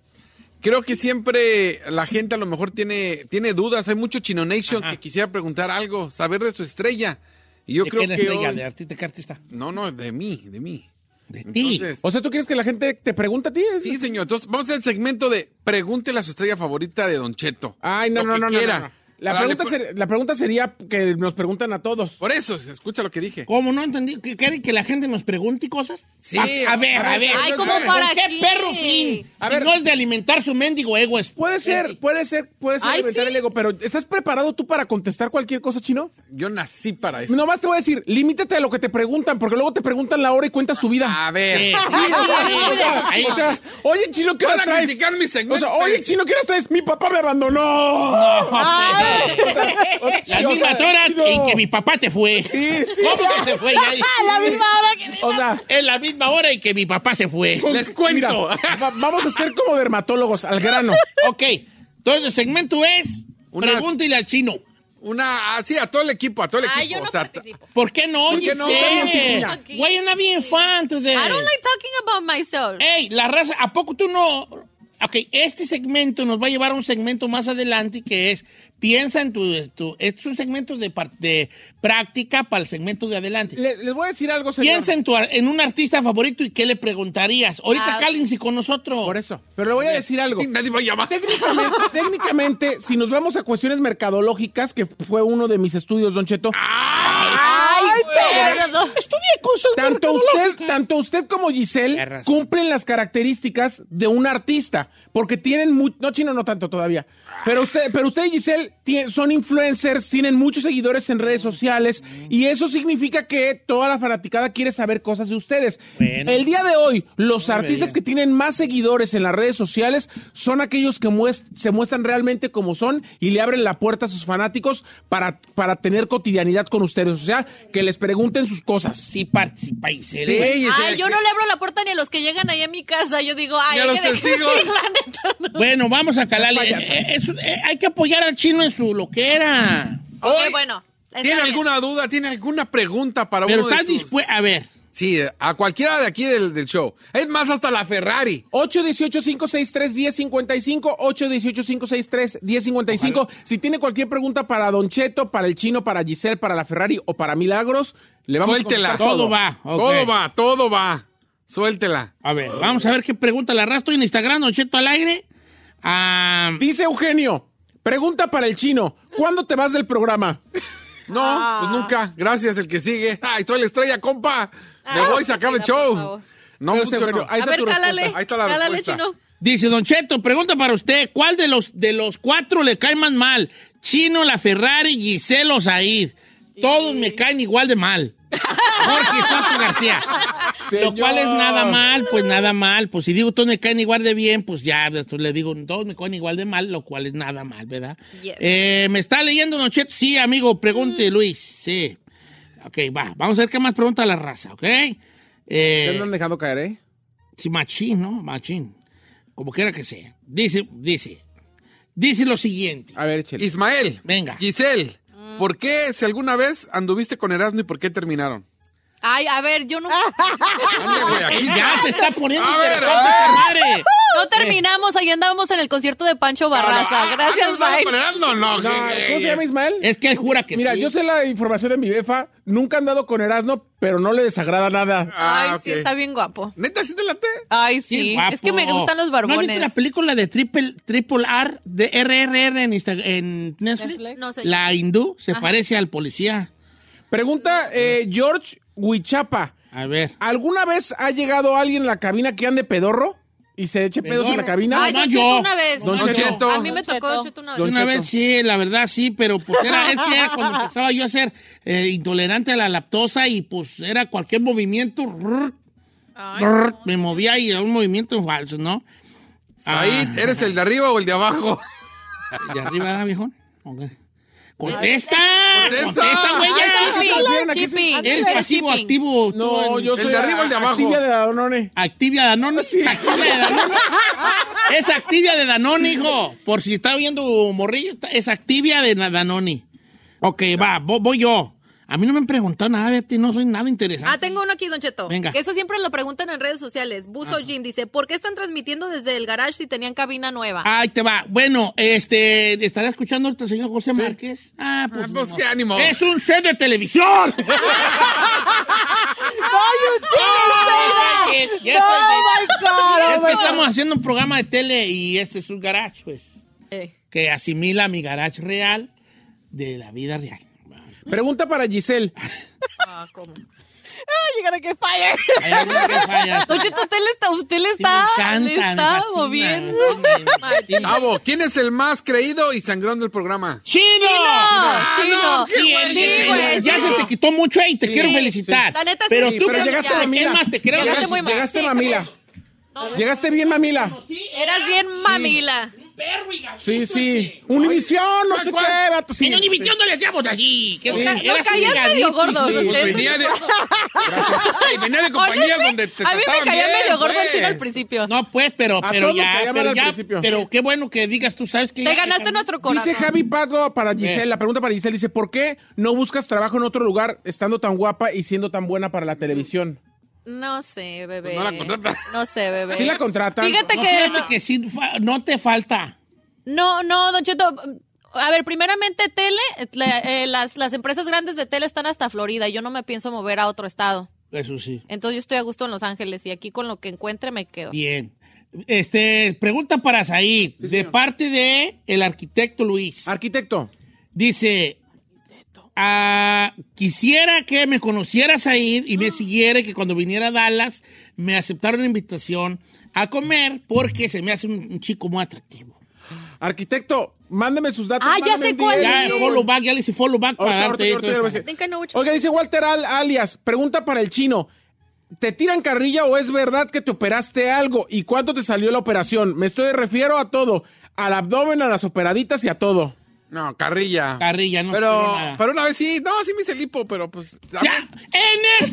Speaker 5: Creo que siempre la gente a lo mejor tiene, tiene dudas. Hay mucho Chino Nation que quisiera preguntar algo, saber de su estrella. Y yo
Speaker 2: ¿De
Speaker 5: creo
Speaker 2: quién
Speaker 5: que.
Speaker 2: es ella?
Speaker 5: hoy-
Speaker 2: ¿De artista? ¿Qué artista?
Speaker 5: No, no, de mí, de mí.
Speaker 2: De ti.
Speaker 5: Entonces,
Speaker 4: O sea, ¿tú quieres que la gente te pregunte a ti?
Speaker 5: sí, señor. Entonces, vamos al segmento de pregúntele a su estrella favorita de Don Cheto.
Speaker 4: Ay, no,
Speaker 5: Lo
Speaker 4: no,
Speaker 5: que
Speaker 4: no, no,
Speaker 5: quiera. pues.
Speaker 4: no, no. La
Speaker 5: Ahora,
Speaker 4: pregunta,
Speaker 5: le-
Speaker 4: ser- la pregunta sería que nos preguntan a todos.
Speaker 5: Por eso, escucha lo que dije.
Speaker 2: ¿Cómo no entendí? ¿Que- ¿Quieren que la gente nos pregunte cosas?
Speaker 5: Sí.
Speaker 2: A, a ver, a ver.
Speaker 3: Ay, ¿cómo para
Speaker 2: ¿Qué
Speaker 3: qué?
Speaker 2: perro fin?
Speaker 4: A
Speaker 2: A ver.
Speaker 4: ver. Pues,
Speaker 2: no es de alimentar su mendigo ego. Es...
Speaker 4: Puede ser, puede ser, puede ser
Speaker 3: Ay,
Speaker 4: inventar
Speaker 3: sí.
Speaker 4: el ego, pero ¿estás preparado tú para contestar cualquier cosa, Chino?
Speaker 5: Yo nací para eso.
Speaker 4: Nomás te voy a decir, limítate a lo que te preguntan, porque luego te preguntan la hora y cuentas tu vida.
Speaker 5: A ver. [LAUGHS]
Speaker 2: Sí,
Speaker 3: Sí,
Speaker 2: o sea,
Speaker 3: sí,
Speaker 2: o sea,
Speaker 3: sí,
Speaker 2: ahí-
Speaker 4: O sea, oye, Chino, ¿qué
Speaker 5: Van
Speaker 4: horas
Speaker 5: a
Speaker 4: traes?
Speaker 5: criticar mi segmento.
Speaker 4: O sea, oye, Chino, ¿qué horas traes? Mi papá me abandonó. O sea, o-
Speaker 2: Las
Speaker 4: [LAUGHS] sí, o
Speaker 2: mismas
Speaker 4: sea,
Speaker 2: horas
Speaker 4: Chino.
Speaker 2: en que mi papá te fue.
Speaker 4: Sí, sí.
Speaker 2: [LAUGHS] ¿Cómo que se fue? Ya-
Speaker 3: La misma hora que...
Speaker 4: O sea,
Speaker 2: Es la misma hora en que mi papá se fue.
Speaker 5: Les cuento.
Speaker 4: mira, va- vamos a ser como dermatólogos, al
Speaker 5: [LAUGHS]
Speaker 4: grano.
Speaker 2: Ok, entonces el segmento es
Speaker 5: Una-
Speaker 2: pregúntale al chino.
Speaker 5: Una, así, a todo el equipo, a todo el equipo.
Speaker 3: Ay, yo no
Speaker 5: o sea,
Speaker 3: participo.
Speaker 2: ¿Por qué no
Speaker 5: qué
Speaker 2: oyes?
Speaker 5: no?
Speaker 4: Está
Speaker 3: bien,
Speaker 2: Güey, anda bien fan today.
Speaker 3: I don't like talking about myself.
Speaker 2: Ey, la raza, ¿a poco tú no? Ok, este segmento nos va a llevar a un segmento más adelante que es piensa en tu. tu- este es un segmento de, par- de práctica para el segmento de adelante.
Speaker 4: Le- les voy a decir algo, señor.
Speaker 2: piensa en, tu, ar- en un artista favorito y qué le preguntarías. Ahorita
Speaker 3: Ah.
Speaker 2: cálense con nosotros.
Speaker 4: Por eso. Pero le voy a decir algo.
Speaker 5: Y nadie va a llamar.
Speaker 4: Técnicamente, técnicamente, si nos vamos a cuestiones mercadológicas, que fue uno de mis estudios, Don Cheto,
Speaker 5: Ah,
Speaker 3: Ay, perdón.
Speaker 2: Estudié cosas
Speaker 4: tanto
Speaker 2: mercadológicas.
Speaker 4: usted, tanto usted como Giselle
Speaker 2: Tienes razón.
Speaker 4: cumplen las características de un artista, porque tienen mu- no chino no tanto todavía, pero usted, pero usted y Giselle tie- son influencers, tienen muchos seguidores en redes sociales y eso significa que toda la fanaticada quiere saber cosas de ustedes.
Speaker 2: Bueno.
Speaker 4: El día de hoy, los artistas
Speaker 2: veía.
Speaker 4: que tienen más seguidores en las redes sociales son aquellos que muest- se muestran realmente como son y le abren la puerta a sus fanáticos para, para tener cotidianidad con ustedes, o sea, que les pregunten sus cosas.
Speaker 2: Sí participa y se
Speaker 4: Sí,
Speaker 2: deja.
Speaker 4: Giselle,
Speaker 3: Ay, yo no le abro la puerta ni a los que llegan ahí a mi casa. Yo digo, ay,
Speaker 2: Ni a
Speaker 3: hay
Speaker 2: los
Speaker 3: que dejarse
Speaker 2: testigos.
Speaker 3: ir, la neta, no.
Speaker 2: Bueno, vamos a calarle.
Speaker 3: No es payaso.
Speaker 2: Eh, eh, eso, eh, hay que apoyar al chino en su loquera.
Speaker 3: Ok, bueno. está
Speaker 5: ¿Tiene
Speaker 3: bien.
Speaker 5: alguna duda? ¿Tiene alguna pregunta para
Speaker 2: Pero
Speaker 5: uno de
Speaker 2: estás
Speaker 5: sus-
Speaker 2: dispuesto. A ver.
Speaker 5: Sí, a cualquiera de aquí del, del show. Es más, hasta la Ferrari.
Speaker 4: 818-563-1055, 818-563-1055. Si tiene cualquier pregunta para Don Cheto, para el chino, para Giselle, para la Ferrari o para Milagros, le vamos
Speaker 5: Suéltela.
Speaker 4: a contestar todo.
Speaker 2: Todo va. ok.
Speaker 5: Todo va, todo va. Suéltela.
Speaker 2: A ver, vamos a ver qué pregunta la arrastro en Instagram, Don Cheto al aire. Ah,
Speaker 4: Dice Eugenio, pregunta para el chino, ¿cuándo te vas del programa?
Speaker 5: No,
Speaker 3: Ah.
Speaker 5: pues nunca. Gracias, el que sigue. Ay, soy la estrella, compa. Me voy, se acaba el
Speaker 3: mira, Ah, por
Speaker 5: show.
Speaker 3: favor.
Speaker 5: No,
Speaker 4: Pero se
Speaker 5: funcionó.
Speaker 4: perdió. Pues, Ahí
Speaker 3: A
Speaker 4: está
Speaker 3: ver,
Speaker 4: tu respuesta.
Speaker 3: cálale.
Speaker 5: Ahí está la
Speaker 3: cálale,
Speaker 5: respuesta.
Speaker 3: chino.
Speaker 2: dice Don Cheto, pregunta para usted, ¿cuál de los, de los cuatro le cae más mal? Chino, la Ferrari, Giselle o Said. Todos me caen igual de mal. Jorge Soto García. Lo
Speaker 4: Señor.
Speaker 2: cual es nada mal, pues nada mal. Pues si digo todos me caen igual de bien, pues ya después le digo todos me caen igual de mal, lo cual es nada mal, ¿verdad?
Speaker 3: Yes.
Speaker 2: Eh, ¿Me está leyendo, Don Cheto? Sí, amigo, pregunte, Luis. Sí. Ok, va. Vamos a ver qué más pregunta la raza, ¿ok? Eh,
Speaker 4: ¿Te han dejado caer, eh?
Speaker 2: Sí, machín, ¿no? Machín. Como quiera que sea. Dice, dice, dice lo siguiente.
Speaker 4: A ver, échale.
Speaker 5: Ismael.
Speaker 2: Venga.
Speaker 5: Giselle,
Speaker 3: Mm.
Speaker 5: ¿por qué si alguna vez anduviste con Erasmo y por qué
Speaker 3: [LAUGHS]
Speaker 5: terminaron?
Speaker 3: Ay, a ver, yo no.
Speaker 5: Ande, güey, aquí
Speaker 2: Ya se está poniendo
Speaker 5: A ver,
Speaker 2: interesante
Speaker 5: a
Speaker 2: esta
Speaker 5: ver.
Speaker 2: madre.
Speaker 3: No terminamos, ahí andábamos en el concierto de Pancho Barraza. Gracias,
Speaker 5: ¿Anduviste
Speaker 3: bye.
Speaker 5: con Erasmo? No,
Speaker 4: No, ¿Cómo se llama Ismael?
Speaker 2: Es que él jura que
Speaker 4: Mira,
Speaker 2: sí.
Speaker 4: yo sé la información de mi befa, nunca han dado con Erasmo, pero no le desagrada nada.
Speaker 3: Ay,
Speaker 5: Ah, ok.
Speaker 3: sí, está bien guapo.
Speaker 5: Neta, sí te late.
Speaker 3: Ay,
Speaker 2: Qué
Speaker 3: sí.
Speaker 2: guapo.
Speaker 3: Es que me gustan los
Speaker 2: ¿No has visto
Speaker 3: barbones.
Speaker 2: la película de Triple, triple R, de RRR en, Insta- en Netflix?
Speaker 6: Netflix.
Speaker 3: No, señor.
Speaker 2: La hindú se parece al policía.
Speaker 4: Pregunta eh, George Huichapa.
Speaker 2: A ver.
Speaker 4: ¿Alguna vez ha llegado alguien a la cabina que ande pedorro y se eche pedos en la
Speaker 2: Pedorro.
Speaker 4: cabina?
Speaker 3: Ay,
Speaker 2: No,
Speaker 3: Don
Speaker 2: yo.
Speaker 3: Ah, Cheto una vez.
Speaker 4: Don
Speaker 2: Don
Speaker 5: Cheto. Cheto.
Speaker 3: A mí me
Speaker 6: Don
Speaker 3: tocó
Speaker 6: Cheto.
Speaker 3: Don Cheto una
Speaker 4: Don
Speaker 3: vez.
Speaker 2: una
Speaker 4: Cheto.
Speaker 2: vez sí, la verdad sí, pero pues era, es que era cuando empezaba yo a ser eh, intolerante a la lactosa y pues era cualquier movimiento, rrr,
Speaker 3: Ay,
Speaker 2: rrr, me movía y era un movimiento falso, ¿no?
Speaker 5: Ahí, ¿eres el de arriba o el de abajo?
Speaker 2: De arriba, ¿verdad, viejón? Ok. ¡Contesta!
Speaker 5: Contesta.
Speaker 2: ¡Contesta, güey!
Speaker 3: Ay,
Speaker 4: ¿qué
Speaker 3: shipping,
Speaker 4: se refieren? ¿A qué se-
Speaker 3: shipping.
Speaker 2: ¿Eres
Speaker 3: Eres
Speaker 2: pasivo
Speaker 3: shipping.
Speaker 2: activo? tú
Speaker 4: No,
Speaker 2: en-
Speaker 4: yo
Speaker 5: ¿El
Speaker 4: soy
Speaker 5: de arriba o el de abajo?
Speaker 4: activia de Danone.
Speaker 2: Activia Danone.
Speaker 4: Sí.
Speaker 2: Activia de
Speaker 5: [LAUGHS]
Speaker 2: Danone. es Activia de Danone, hijo. Por si está viendo morrillo, está- es Activia de na- Danone. Ok, va, vo- voy yo. A mí no me han preguntado nada, ti no soy nada interesante.
Speaker 3: Ah, tengo uno aquí, Don Cheto.
Speaker 2: Venga.
Speaker 3: Eso siempre lo preguntan en redes sociales. Buzo Jim dice, ¿por qué están transmitiendo desde el garage si tenían cabina nueva?
Speaker 2: Ahí te va. Bueno, este, estará escuchando ahorita el señor José Márquez. Ah, pues,
Speaker 5: Ah, pues,
Speaker 2: no.
Speaker 5: qué ánimo.
Speaker 2: Es un set de televisión. Ay, que- yes,
Speaker 6: ¡Oh, my God!
Speaker 2: es que estamos haciendo un programa de tele y este es un garage, pues,
Speaker 3: Eh.
Speaker 2: que asimila mi garage real de la vida real.
Speaker 4: Pregunta para Giselle.
Speaker 3: Ah, ¿cómo?
Speaker 6: Ah, llegar a que fire.
Speaker 2: Hay alguna que falla.
Speaker 3: Don Cheto, usted le está, usted
Speaker 2: Sí,
Speaker 3: le
Speaker 2: me
Speaker 3: está, le
Speaker 2: encanta, me
Speaker 3: está
Speaker 2: fascina,
Speaker 3: moviendo.
Speaker 2: me fascina.
Speaker 5: Bravo, ¿quién es el más creído y sangrón del programa?
Speaker 2: ¡Chino!
Speaker 3: Chino,
Speaker 2: Sí,
Speaker 3: chino.
Speaker 2: el-
Speaker 3: Sí, güey.
Speaker 2: ya
Speaker 3: sí.
Speaker 2: se te quitó mucho ahí, te quiero felicitar.
Speaker 3: La neta sí,
Speaker 2: pero
Speaker 3: sí,
Speaker 2: tú
Speaker 4: pero
Speaker 2: que-
Speaker 4: llegaste
Speaker 3: ya.
Speaker 4: a mamila.
Speaker 2: Es más, te quiero
Speaker 3: Llegaste
Speaker 2: agradecer.
Speaker 3: muy mal.
Speaker 4: Llegaste
Speaker 3: Sí,
Speaker 4: mamila. Llegaste bien mamila.
Speaker 3: Eras bien mamila.
Speaker 4: Sí, sí. Univisión, no sé qué. vato, sí.
Speaker 2: En Univision no le hacíamos así. Que
Speaker 3: Ca-
Speaker 2: era
Speaker 3: Nos
Speaker 2: así
Speaker 3: caías medio
Speaker 2: ligadito.
Speaker 3: gordo.
Speaker 2: Sí.
Speaker 3: usted.
Speaker 5: venía de. Ay, [LAUGHS] venía de compañías
Speaker 3: Honestly,
Speaker 5: donde te
Speaker 3: A mí me
Speaker 5: trataban
Speaker 3: caía
Speaker 5: bien,
Speaker 3: medio gordo el
Speaker 5: pues.
Speaker 3: chino al principio.
Speaker 2: No, pues, pero,
Speaker 4: A
Speaker 2: pero
Speaker 4: todos nos
Speaker 2: ya,
Speaker 4: caía mal
Speaker 2: pero
Speaker 4: al
Speaker 2: ya,
Speaker 4: principio.
Speaker 2: pero qué bueno que digas, tú sabes que... ya-
Speaker 3: Te ganaste nuestro corazón.
Speaker 4: Dice Javi Pago para Giselle, la pregunta para Giselle dice, ¿por qué no buscas trabajo en otro lugar estando tan guapa y siendo tan buena para la televisión?
Speaker 3: No sé, bebé.
Speaker 5: Pues no la contrata.
Speaker 3: [LAUGHS] No sé, bebé.
Speaker 4: Sí la contratan.
Speaker 3: Fíjate
Speaker 2: No,
Speaker 3: que...
Speaker 2: fíjate que sí, fa- no te falta.
Speaker 3: No, no, Don Cheto. A ver, primeramente tele, la- eh, las, las empresas grandes de tele están hasta Florida. Yo no me pienso mover a otro estado.
Speaker 2: Eso sí.
Speaker 3: Entonces yo estoy a gusto en Los Ángeles y aquí con lo que encuentre me quedo.
Speaker 2: Bien. Este, pregunta para Said, de parte de el arquitecto Luis.
Speaker 4: Ah. Arquitecto,
Speaker 2: Dice, ah, quisiera que me conocieras ahí y me siguiera y que cuando viniera a Dallas me aceptaron la invitación a comer porque se me hace un, un chico muy atractivo.
Speaker 4: arquitecto, mándame sus datos.
Speaker 3: Ah, ya
Speaker 4: mándame
Speaker 3: sé
Speaker 4: un
Speaker 3: cuál
Speaker 4: DM.
Speaker 2: Ya, follow back, ya le hice follow back para
Speaker 4: Ahorita,
Speaker 2: darte
Speaker 4: ahorita, ahorita,
Speaker 2: todo
Speaker 4: ahorita,
Speaker 2: esto.
Speaker 4: ahorita.
Speaker 3: Think I know which-
Speaker 4: Oiga, dice Walter Al- alias, pregunta para el chino. ¿Te tiran carrilla o es verdad que te operaste algo? ¿Y cuánto te salió la operación? Me estoy refiero a todo, al abdomen, a las operaditas y a todo.
Speaker 5: No, carrilla.
Speaker 2: Carrilla, no
Speaker 5: Pero,
Speaker 2: sirve nada.
Speaker 5: pero una vez sí, no, sí me hice lipo, pero pues.
Speaker 2: ¡Ya! ¡En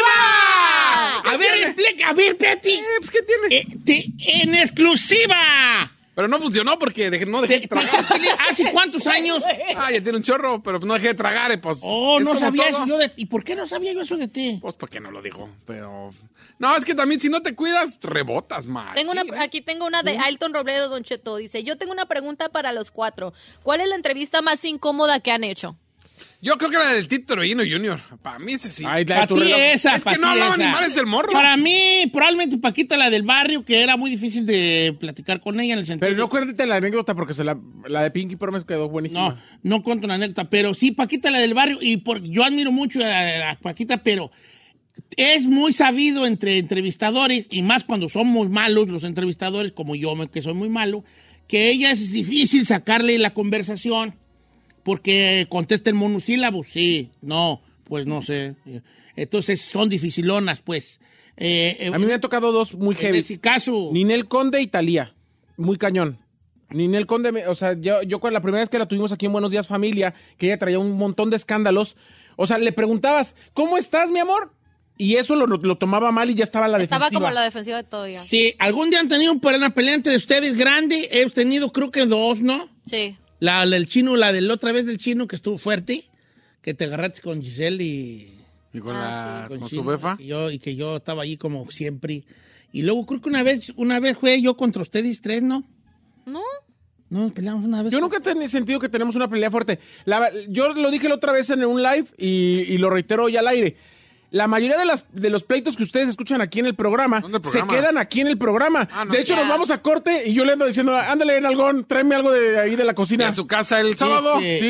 Speaker 2: exclusiva! A ver, explica, a ver, Peti. Este,
Speaker 5: pues, ¿qué tiene?
Speaker 2: Eh. ¡En exclusiva!
Speaker 5: Pero no funcionó porque dejé- no
Speaker 2: [LAUGHS]
Speaker 5: dejé de Pues, tragar.
Speaker 2: ¿Hace cuántos años?
Speaker 5: Ah, ya tiene un chorro, pero no dejé de tragar, eh, pues.
Speaker 2: Oh,
Speaker 5: es
Speaker 2: no
Speaker 5: como
Speaker 2: sabía
Speaker 5: todo.
Speaker 2: eso yo de ti. ¿Y por qué no sabía yo eso de ti?
Speaker 5: Pues porque no lo digo, pero. No, es que también si no te cuidas, rebotas, ¿eh? mal.
Speaker 3: Tengo una, aquí tengo una de Ailton Robledo Don Cheto. Dice, yo tengo una pregunta para los cuatro. ¿Cuál es la entrevista más incómoda que han hecho?
Speaker 5: Yo creo que la del Tito Hino Junior. Para mí ese sí.
Speaker 4: Ay, la de
Speaker 2: Para
Speaker 4: tu
Speaker 2: ti
Speaker 4: reloj.
Speaker 2: esa,
Speaker 5: es
Speaker 2: pa'
Speaker 5: que no
Speaker 2: ti
Speaker 5: hablaba
Speaker 2: esa.
Speaker 5: ni mal, es el morro.
Speaker 2: Para mí, probablemente Paquita, la del barrio, que era muy difícil de platicar con ella en el sentido.
Speaker 4: Pero no acuérdate la anécdota porque se la, la de Pinky Promise quedó buenísima.
Speaker 2: No, no cuento una anécdota, pero sí, Paquita, la del barrio, y por, yo admiro mucho a, a Paquita, pero es muy sabido entre entrevistadores, y más cuando somos malos los entrevistadores, como yo, me- que soy muy malo, que ella es difícil sacarle la conversación, porque contesta en monosílabos, sí, no, pues no sé. Entonces son dificilonas, pues. Eh, eh,
Speaker 4: A mí me han tocado dos muy
Speaker 2: en
Speaker 4: heavy.
Speaker 2: ese caso,
Speaker 4: Ninel Conde y Talía. Muy cañón. Ninel Conde, me- o sea, yo, yo con la primera vez que la tuvimos aquí en Buenos Días Familia, que ella traía un montón de escándalos, o sea, le preguntabas, ¿cómo estás, mi amor? Y eso lo, lo- lo tomaba mal y ya estaba a la
Speaker 3: Estaba
Speaker 4: defensiva.
Speaker 3: como a la defensiva de todo día.
Speaker 2: si algún día han tenido un- una pelea entre ustedes grande, he tenido creo que dos, ¿no?
Speaker 3: Sí.
Speaker 2: La del chino, la del otra vez del chino que estuvo fuerte, que te agarraste con Giselle y
Speaker 5: Y con,
Speaker 3: Ah.
Speaker 5: la,
Speaker 2: con
Speaker 5: con su
Speaker 2: Chino,
Speaker 5: befa.
Speaker 2: Y, yo, y que yo estaba allí como siempre. Y luego creo que una vez, una vez jugué yo contra ustedes tres, ¿no?
Speaker 3: ¿No?
Speaker 2: No nos peleamos una vez.
Speaker 4: Yo nunca he teni- sentido que tenemos una pelea fuerte. La- yo lo dije la otra vez en un live y, y lo reitero hoy al aire. La mayoría de, las, de los pleitos que ustedes escuchan aquí en el programa,
Speaker 5: ¿Dónde el
Speaker 4: se
Speaker 5: programa?
Speaker 4: quedan aquí en el programa.
Speaker 5: Ah, no,
Speaker 4: de hecho,
Speaker 3: ya.
Speaker 4: nos vamos a corte y yo le ando diciendo, ándale, algón, tráeme algo de ahí de la
Speaker 5: Y
Speaker 4: cocina.
Speaker 5: a su casa el sábado.
Speaker 2: Este,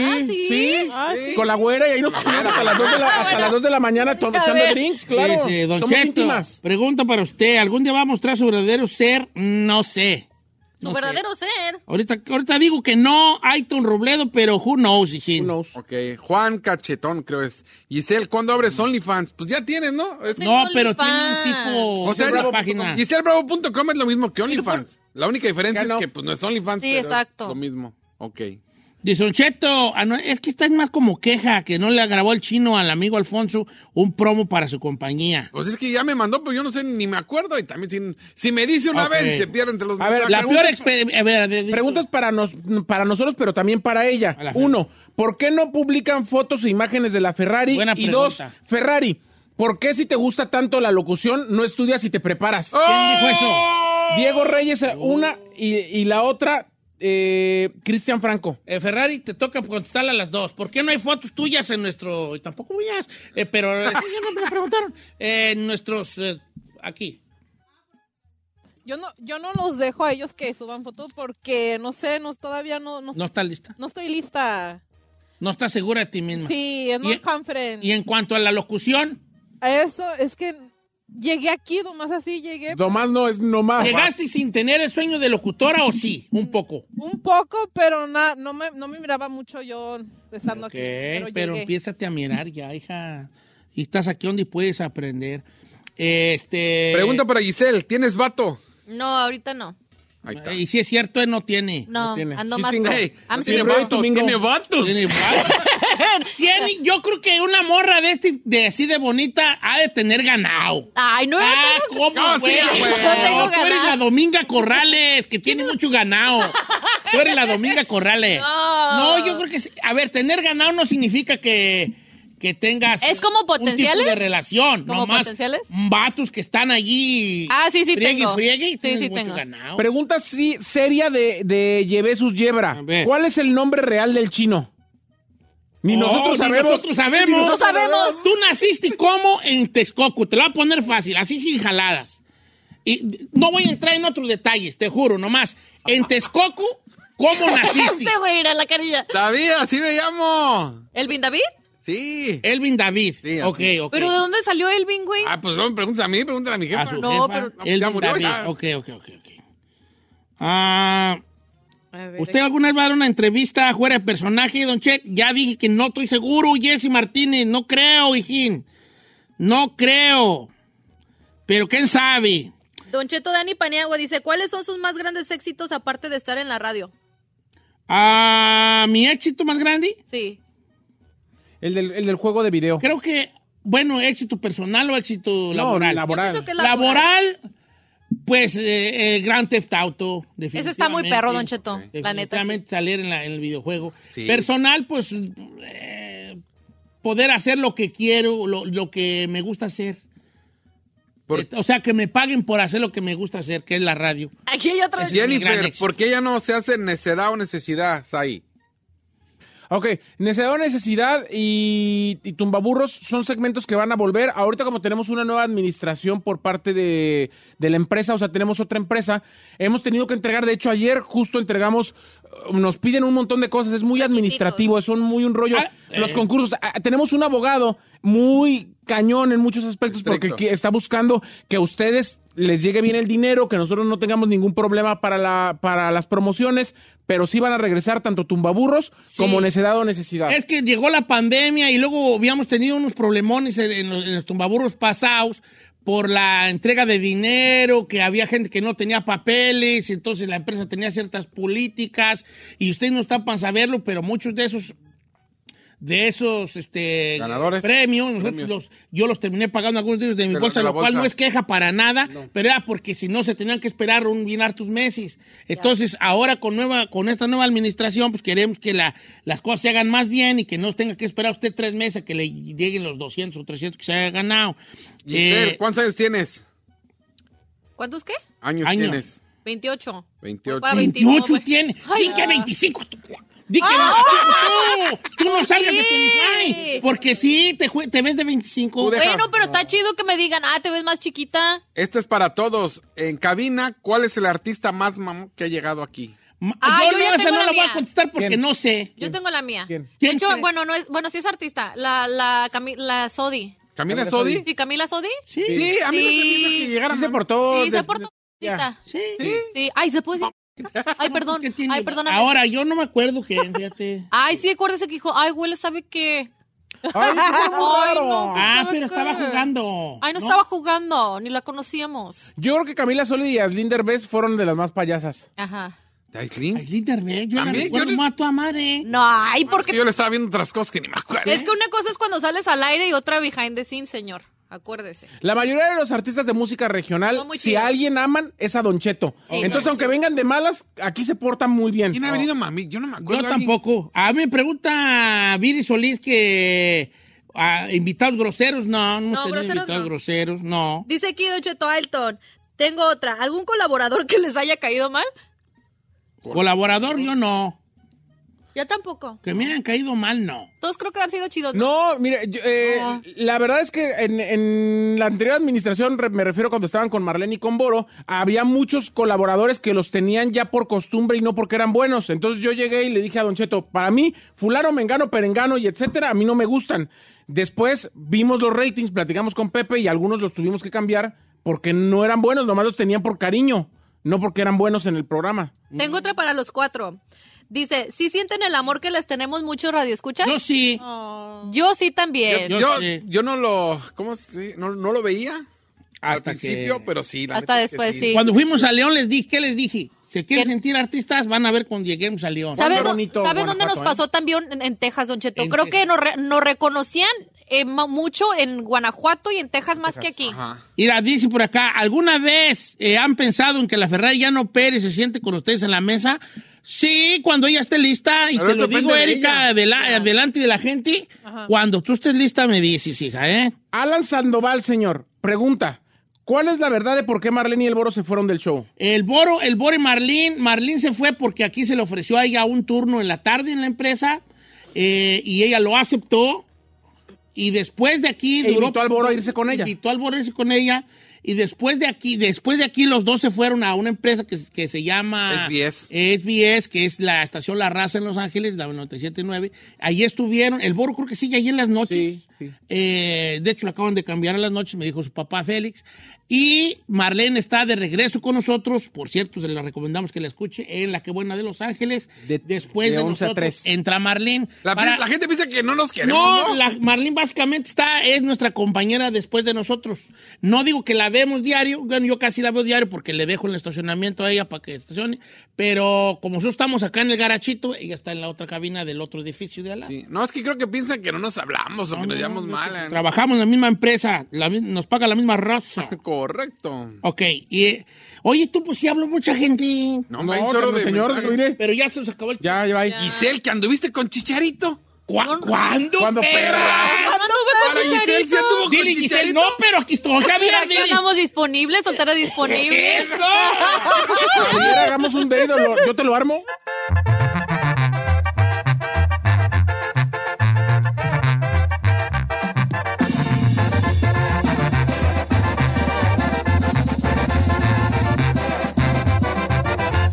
Speaker 4: Sí,
Speaker 3: Ah, ¿sí?
Speaker 6: Ah,
Speaker 4: sí. Con la güera y ahí nos pusimos hasta las 2 de la, hasta las dos de la mañana to-
Speaker 3: Bueno,
Speaker 4: echando
Speaker 3: a ver.
Speaker 4: drinks, claro.
Speaker 2: dice, don
Speaker 4: Somos
Speaker 2: Cheto,
Speaker 4: íntimas.
Speaker 2: Pregunta para usted, ¿algún día va a mostrar su verdadero ser? No sé.
Speaker 3: Su
Speaker 2: No sé.
Speaker 3: verdadero ser.
Speaker 2: Ahorita, ahorita digo que no, Aiton Robledo, pero who knows, hijín.
Speaker 4: Who knows?
Speaker 5: Ok, Juan Cachetón, creo es. Giselle, ¿cuándo abres OnlyFans? Pues ya tienes, ¿no? Es-
Speaker 2: No, pero tiene
Speaker 3: OnlyFans.
Speaker 2: un tipo...
Speaker 5: o sea,
Speaker 2: una
Speaker 5: es-
Speaker 2: página.
Speaker 5: GiselleBravo.com es lo mismo que OnlyFans. La única diferencia
Speaker 4: Ya no.
Speaker 5: es que pues no es OnlyFans,
Speaker 3: Sí,
Speaker 5: pero es
Speaker 3: exacto.
Speaker 5: lo mismo. Ok.
Speaker 2: Dice Don Cheto, ah, no, es que está más como queja que no le grabó el chino al amigo Alfonso un promo para su compañía.
Speaker 5: Pues es que ya me mandó, pero yo no sé, ni me acuerdo. Y también si, si me dice una
Speaker 2: Ok.
Speaker 5: vez y se pierde entre los
Speaker 4: A ver,
Speaker 2: La
Speaker 5: mensajes.
Speaker 2: peor experiencia.
Speaker 4: Preguntas para, nos, para nosotros, pero también para ella.
Speaker 2: A la Ferrari.
Speaker 4: Uno, ¿por qué no publican fotos e imágenes de la Ferrari?
Speaker 2: Buena
Speaker 4: y
Speaker 2: pregunta.
Speaker 4: dos, Ferrari, ¿por qué si te gusta tanto la locución no estudias y te preparas?
Speaker 2: ¿Quién dijo eso?
Speaker 4: Diego Reyes, una, y, y la otra, eh, Cristian Franco.
Speaker 2: Eh, Ferrari, te toca contestarle a las dos. ¿Por qué no hay fotos tuyas en nuestro... y Tampoco mías, eh, pero... eh, sí, ya me lo preguntaron. Eh, En nuestros... eh, aquí.
Speaker 6: Yo no, yo no los dejo a ellos que suban fotos porque no sé, no todavía no, no,
Speaker 2: No está lista.
Speaker 6: no estoy lista.
Speaker 2: No estás segura de ti misma.
Speaker 6: Sí, es
Speaker 2: Y-
Speaker 6: not confident.
Speaker 2: Y en cuanto a la locución,
Speaker 6: Eso es que llegué aquí, nomás así llegué
Speaker 4: Nomás no, es nomás.
Speaker 2: ¿llegaste sin tener el sueño de locutora o sí? Un poco.
Speaker 6: un poco, pero na- no me, no me miraba mucho yo estando
Speaker 2: Ok,
Speaker 6: aquí. Pero,
Speaker 2: pero
Speaker 6: llegué.
Speaker 2: empiézate a mirar ya, hija. Y estás aquí donde puedes aprender. Este.
Speaker 5: Pregunta para Giselle, ¿tienes vato?
Speaker 3: No, ahorita no.
Speaker 5: Ahí está.
Speaker 2: eh, Y si es cierto, él no tiene.
Speaker 3: No,
Speaker 4: tiene.
Speaker 3: ando
Speaker 4: Sí,
Speaker 3: más.
Speaker 4: single.
Speaker 5: Hey,
Speaker 3: I'm
Speaker 5: no tiene
Speaker 3: single.
Speaker 5: vato,
Speaker 4: Domingo.
Speaker 5: tiene vatos.
Speaker 2: Tiene
Speaker 6: [LAUGHS]
Speaker 2: vato. Tiene- yo creo que una morra de este, de así de bonita, ha de tener ganado.
Speaker 3: Ay, no,
Speaker 2: Ah,
Speaker 3: no tengo-
Speaker 2: ¿cómo,
Speaker 5: No, sí,
Speaker 2: güey?
Speaker 5: güey.
Speaker 2: No,
Speaker 3: tengo
Speaker 2: tú eres
Speaker 3: ganado.
Speaker 2: la Dominga Corrales, que tiene mucho ganado. Tú eres la Dominga Corrales.
Speaker 3: No.
Speaker 2: yo creo que... sí. A ver, tener ganado no significa que, que tengas...
Speaker 3: ¿Es como
Speaker 2: Un
Speaker 3: potenciales?
Speaker 2: tipo de relación.
Speaker 3: ¿Como
Speaker 2: nomás
Speaker 3: potenciales?
Speaker 2: Vatos que están allí...
Speaker 3: Ah, sí, sí
Speaker 2: friegue
Speaker 3: tengo.
Speaker 2: y friegue y
Speaker 3: Sí,
Speaker 2: tienen
Speaker 3: sí
Speaker 2: mucho
Speaker 3: tengo.
Speaker 2: ganado.
Speaker 4: Pregunta sí, seria de, de Llevesus Yebra.
Speaker 2: A ver.
Speaker 4: ¿Cuál es el nombre real del chino? Ni
Speaker 2: No,
Speaker 4: nosotros sabemos.
Speaker 2: Oh, nosotros sabemos.
Speaker 3: No sabemos.
Speaker 2: Tú naciste como en Texcoco. Te lo voy a poner fácil, así sin jaladas. Y no voy a entrar en otros detalles, te juro, nomás. En Texcoco,
Speaker 3: [LAUGHS]
Speaker 2: ¿cómo naciste?
Speaker 3: Este güey, mira la carilla.
Speaker 5: David, así me llamo.
Speaker 3: ¿Elvin David?
Speaker 5: Sí.
Speaker 2: Elvin David.
Speaker 5: Sí, así.
Speaker 2: ok, ok.
Speaker 3: ¿Pero de dónde salió Elvin, güey?
Speaker 5: Eh, Ah, pues no me preguntes a mí, pregúntale a mi
Speaker 2: A
Speaker 5: jefa.
Speaker 2: su
Speaker 3: No,
Speaker 2: jefa,
Speaker 3: pero-
Speaker 2: Elvin
Speaker 5: Ya murió,
Speaker 2: David.
Speaker 5: ya.
Speaker 2: Ok, ok, ok. ok. Ah,
Speaker 6: A ver,
Speaker 2: ¿Usted alguna vez va a dar una entrevista fuera de personaje, don Che? Ya dije que no estoy seguro, Jesse Martínez. No creo, hijín. No creo. Pero quién sabe.
Speaker 3: Don Cheto Dani Paniagua dice, ¿cuáles son sus más grandes éxitos aparte de estar en la radio?
Speaker 2: Ah, mi éxito más grande.
Speaker 3: Sí.
Speaker 4: El del, el del juego de video.
Speaker 2: Creo que, bueno, éxito personal o éxito laboral.
Speaker 4: laboral. Yo
Speaker 3: pienso que
Speaker 2: laboral. pues eh, el Grand Theft Auto.
Speaker 3: Ese está muy perro, Don Cheto, la neta,
Speaker 2: Definitivamente salir en, la- en el videojuego.
Speaker 5: Sí.
Speaker 2: Personal, pues eh, poder hacer lo que quiero, lo, lo que me gusta hacer.
Speaker 5: Por-
Speaker 2: Eh, O sea, que me paguen por hacer lo que me gusta hacer, que es la radio.
Speaker 3: Aquí hay otro.
Speaker 2: Ese es mi gran
Speaker 5: Jennifer,
Speaker 2: éxito.
Speaker 5: ¿por qué ella no se hace necedad o necesidad, Sai?
Speaker 4: Ok, necesidad o necesidad y, y tumbaburros son segmentos que van a volver. Ahorita como tenemos una nueva administración por parte de, de la empresa, o sea, tenemos otra empresa, hemos tenido que entregar, de hecho ayer justo entregamos, eh, nos piden un montón de cosas, es muy administrativo, son muy un rollo.
Speaker 2: Ah,
Speaker 4: Los
Speaker 2: eh.
Speaker 4: concursos, ah, tenemos un abogado muy cañón en muchos aspectos porque
Speaker 5: Estricto.
Speaker 4: qui- está buscando que a ustedes les llegue bien el dinero, que nosotros no tengamos ningún problema para, la, para las promociones, pero sí van a regresar tanto tumbaburros como necesidad o necesidad.
Speaker 2: Es que llegó la pandemia y luego habíamos tenido unos problemones en, en los, en los tumbaburros pasados por la entrega de dinero, que había gente que no tenía papeles, entonces la empresa tenía ciertas políticas y ustedes no están para saberlo, pero muchos de esos de esos este,
Speaker 5: Ganadores.
Speaker 2: premios, nosotros
Speaker 5: Premios.
Speaker 2: los- yo los terminé pagando algunos de ellos de mi
Speaker 5: De la-
Speaker 2: bolsa,
Speaker 5: de la
Speaker 2: lo cual
Speaker 5: bolsa.
Speaker 2: no es queja para nada, pero era porque si no se tenían que esperar un bien hartos meses. Entonces, ahora con nueva con esta nueva administración, pues queremos que la, las cosas se hagan más bien y que no tenga que esperar usted tres meses a que le lleguen los 200 o 300 que se haya ganado.
Speaker 5: Y
Speaker 2: Eh,
Speaker 5: usted, ¿Cuántos años tienes?
Speaker 3: ¿Cuántos qué?
Speaker 5: Años,
Speaker 2: Años.
Speaker 5: tienes.
Speaker 3: 28.
Speaker 5: 28.
Speaker 3: Para 20.
Speaker 2: 28
Speaker 3: Ah, güey.
Speaker 2: tiene.
Speaker 3: Ay. Ah,
Speaker 2: Di que 25. tú. Di que 25. Tú no salgas de tu Ay, Porque sí, te, jue- te ves de 25.
Speaker 5: Tú deja-
Speaker 3: Bueno, pero está chido que me digan, ah, te ves más chiquita.
Speaker 5: Este es para todos. En cabina, ¿cuál es el artista más mamón que ha llegado aquí?
Speaker 2: Ma-
Speaker 3: Ah,
Speaker 2: yo
Speaker 3: yo
Speaker 2: no,
Speaker 3: ya
Speaker 2: esa
Speaker 3: tengo
Speaker 2: no
Speaker 3: la
Speaker 2: la voy a
Speaker 3: mía.
Speaker 2: contestar porque
Speaker 4: ¿Quién?
Speaker 2: no sé.
Speaker 3: Yo tengo la mía.
Speaker 4: ¿Quién?
Speaker 3: De
Speaker 2: ¿Quién
Speaker 3: hecho,
Speaker 2: cree?
Speaker 3: bueno, no es, bueno, sí es artista. La, la, Cami- la Sodi.
Speaker 5: ¿Camila
Speaker 4: Camila
Speaker 5: Sodi?
Speaker 3: Sí, Camila Sodi.
Speaker 2: Sí.
Speaker 5: Sí, a mí no se me hizo
Speaker 3: Sí.
Speaker 5: que llegara
Speaker 4: Sí se
Speaker 5: mamón.
Speaker 2: Oh,
Speaker 4: portó.
Speaker 3: Sí,
Speaker 4: des-
Speaker 3: se portó
Speaker 4: ya.
Speaker 3: bonita.
Speaker 2: Sí.
Speaker 3: Sí. Ay, se puede
Speaker 2: [LAUGHS]
Speaker 3: decir? Ay, perdón.
Speaker 2: ¿Qué tiene?
Speaker 3: Ay, perdóname.
Speaker 2: Ahora, yo no me acuerdo que,
Speaker 3: [LAUGHS]
Speaker 2: fíjate.
Speaker 3: Ay, sí, acuérdese que dijo, ay, güey, ¿sabe qué?
Speaker 4: Ay, qué
Speaker 3: Ay,
Speaker 4: raro.
Speaker 3: no,
Speaker 2: Ah,
Speaker 3: ¿sabe
Speaker 2: pero
Speaker 3: qué?
Speaker 2: estaba jugando.
Speaker 3: Ay, no, estaba jugando, ni la conocíamos.
Speaker 4: Yo creo que Camila Soli y Aslinder Bess fueron de las más payasas.
Speaker 3: Ajá.
Speaker 2: Ay, Linda Bell, yo la
Speaker 5: También,
Speaker 2: recuerdo
Speaker 5: yo-
Speaker 2: más a tu madre.
Speaker 3: No, ay,
Speaker 5: Porque
Speaker 3: porque
Speaker 5: yo le estaba viendo otras cosas que ni me acuerdo.
Speaker 3: es que una cosa es cuando sales al aire y otra behind the scenes, señor. Acuérdese.
Speaker 4: La mayoría de los artistas de música regional,
Speaker 3: Son muy
Speaker 4: si
Speaker 3: chidos.
Speaker 4: a alguien aman, es a Don Cheto.
Speaker 3: Sí,
Speaker 4: Entonces,
Speaker 3: son Oh.
Speaker 4: aunque vengan de malas, aquí se portan muy bien.
Speaker 5: ¿Quién ha venido, mami? Yo no me
Speaker 2: Yo
Speaker 5: acuerdo. de alguien.
Speaker 2: tampoco. A mí me pregunta Viri Solís que ah, invitados groseros, no, no, hemos
Speaker 3: No,
Speaker 2: tenido
Speaker 3: groseros
Speaker 2: invitados
Speaker 3: no.
Speaker 2: groseros, no.
Speaker 3: Dice aquí Don Cheto Alton. Tengo otra. ¿Algún colaborador que les haya caído mal?
Speaker 2: Colaborador, yo no.
Speaker 3: Ya tampoco.
Speaker 2: Que me hayan caído mal, no.
Speaker 3: Todos creo que han sido chidos.
Speaker 4: No, mire, yo, eh, la verdad es que en, en la anterior administración, re- me refiero cuando estaban con Marlene y con Boro, había muchos colaboradores que los tenían ya por costumbre y no porque eran buenos. Entonces yo llegué y le dije a Don Cheto, para mí, fulano, mengano, perengano y etcétera, a mí no me gustan. Después vimos los ratings, platicamos con Pepe y algunos los tuvimos que cambiar porque no eran buenos, nomás los tenían por cariño, no porque eran buenos en el programa.
Speaker 3: Tengo otra para los cuatro. Dice, ¿sí sienten el amor que les tenemos muchos radioescuchas?
Speaker 2: Yo sí.
Speaker 3: Yo sí también.
Speaker 2: Yo-
Speaker 5: Yo,
Speaker 2: sí.
Speaker 5: yo no lo. ¿Cómo se- No, no lo veía al
Speaker 2: Hasta que.
Speaker 5: principio, pero sí. la
Speaker 3: Hasta
Speaker 5: neta es que
Speaker 3: después, sí.
Speaker 2: Cuando fuimos a León, les dije, ¿qué les dije? Se quieren
Speaker 3: ¿Qué?
Speaker 2: sentir artistas, van a ver cuando lleguemos a León.
Speaker 3: ¿Sabe,
Speaker 4: Qué
Speaker 3: dó-
Speaker 4: bonito
Speaker 3: sabe dónde nos
Speaker 4: Guanajuato,
Speaker 3: pasó también en, en Texas, Don Cheto?
Speaker 2: En
Speaker 3: Creo
Speaker 2: Texas.
Speaker 3: que nos, re- nos reconocían eh, ma- mucho en Guanajuato y en Texas más que aquí.
Speaker 5: Ajá.
Speaker 2: Mira, dice por acá, ¿alguna vez eh, han pensado en que la Ferrari ya no Pérez se siente con ustedes en la mesa? Sí, cuando ella esté lista, y
Speaker 5: Pero
Speaker 2: te
Speaker 5: eso
Speaker 2: lo digo,
Speaker 5: depende de
Speaker 2: Erika, adela- adelante de la gente, cuando tú estés lista me dices, hija, ¿eh?
Speaker 4: Alan Sandoval, señor, pregunta, ¿cuál es la verdad de por qué Marlene y el Boro se fueron del show?
Speaker 2: El Boro, el Boro y Marlín, Marlín se fue porque aquí se le ofreció a ella un turno en la tarde en la empresa, eh, y ella lo aceptó, y después de aquí...
Speaker 4: E invitó al Boro a irse con ella.
Speaker 2: Invitó al Boro a irse con ella, y después de aquí, después de aquí los dos se fueron a una empresa que, que se llama...
Speaker 5: SBS.
Speaker 2: SBS, que es la estación La Raza en Los Ángeles, la 97.9. Allí estuvieron, el Boro creo que sigue allí en las noches.
Speaker 4: Sí.
Speaker 2: Eh, de hecho, la acaban de cambiar a las noches, me dijo su papá Félix. Y Marlene está de regreso con nosotros. Por cierto, se la recomendamos que la escuche en La Que Buena de Los Ángeles. Después de,
Speaker 4: de 11 a
Speaker 2: nosotros
Speaker 4: 3.
Speaker 2: entra Marlene.
Speaker 5: La,
Speaker 2: Para-
Speaker 5: la gente piensa que no nos queremos,
Speaker 2: no,
Speaker 5: ¿no?
Speaker 2: la- Marlene básicamente está, es nuestra compañera después de nosotros. No digo que la vemos diario, bueno, yo casi la veo diario porque le dejo en el estacionamiento a ella para que estacione, pero como nosotros estamos acá en el garachito, ella está en la otra cabina del otro edificio de al lado.
Speaker 5: No, es que creo que piensan que no nos hablamos o que nos llamamos mal. ¿eh?
Speaker 2: Trabajamos en la misma empresa, la mi- nos paga la misma
Speaker 5: [LAUGHS]
Speaker 2: raza.
Speaker 5: Correcto.
Speaker 2: ok, y, eh, oye, tú pues sí hablo mucha gente.
Speaker 5: No, me hay un chorro de
Speaker 4: señor,
Speaker 5: mensajes.
Speaker 4: mire.
Speaker 2: Pero ya se nos acabó el tiempo.
Speaker 4: Ya, ya va. ahí.
Speaker 5: Giselle, que anduviste con Chicharito.
Speaker 2: ¿Cuá- ¿Cuándo,
Speaker 4: ¿Cuándo,
Speaker 2: perra?
Speaker 3: anduve
Speaker 5: Para
Speaker 3: con
Speaker 5: Giselle,
Speaker 3: Chicharito.
Speaker 5: ya tuvo con
Speaker 2: Dile, Giselle,
Speaker 5: Chicharito.
Speaker 2: no, pero aquí estoy, ya
Speaker 3: Mira,
Speaker 2: mira,
Speaker 3: aquí
Speaker 2: dile.
Speaker 3: andamos disponibles, soltera disponible.
Speaker 2: ¡Eso!
Speaker 4: Ayer hagamos un dedo, lo- yo te lo armo.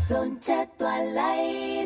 Speaker 9: Don Cheto al aire.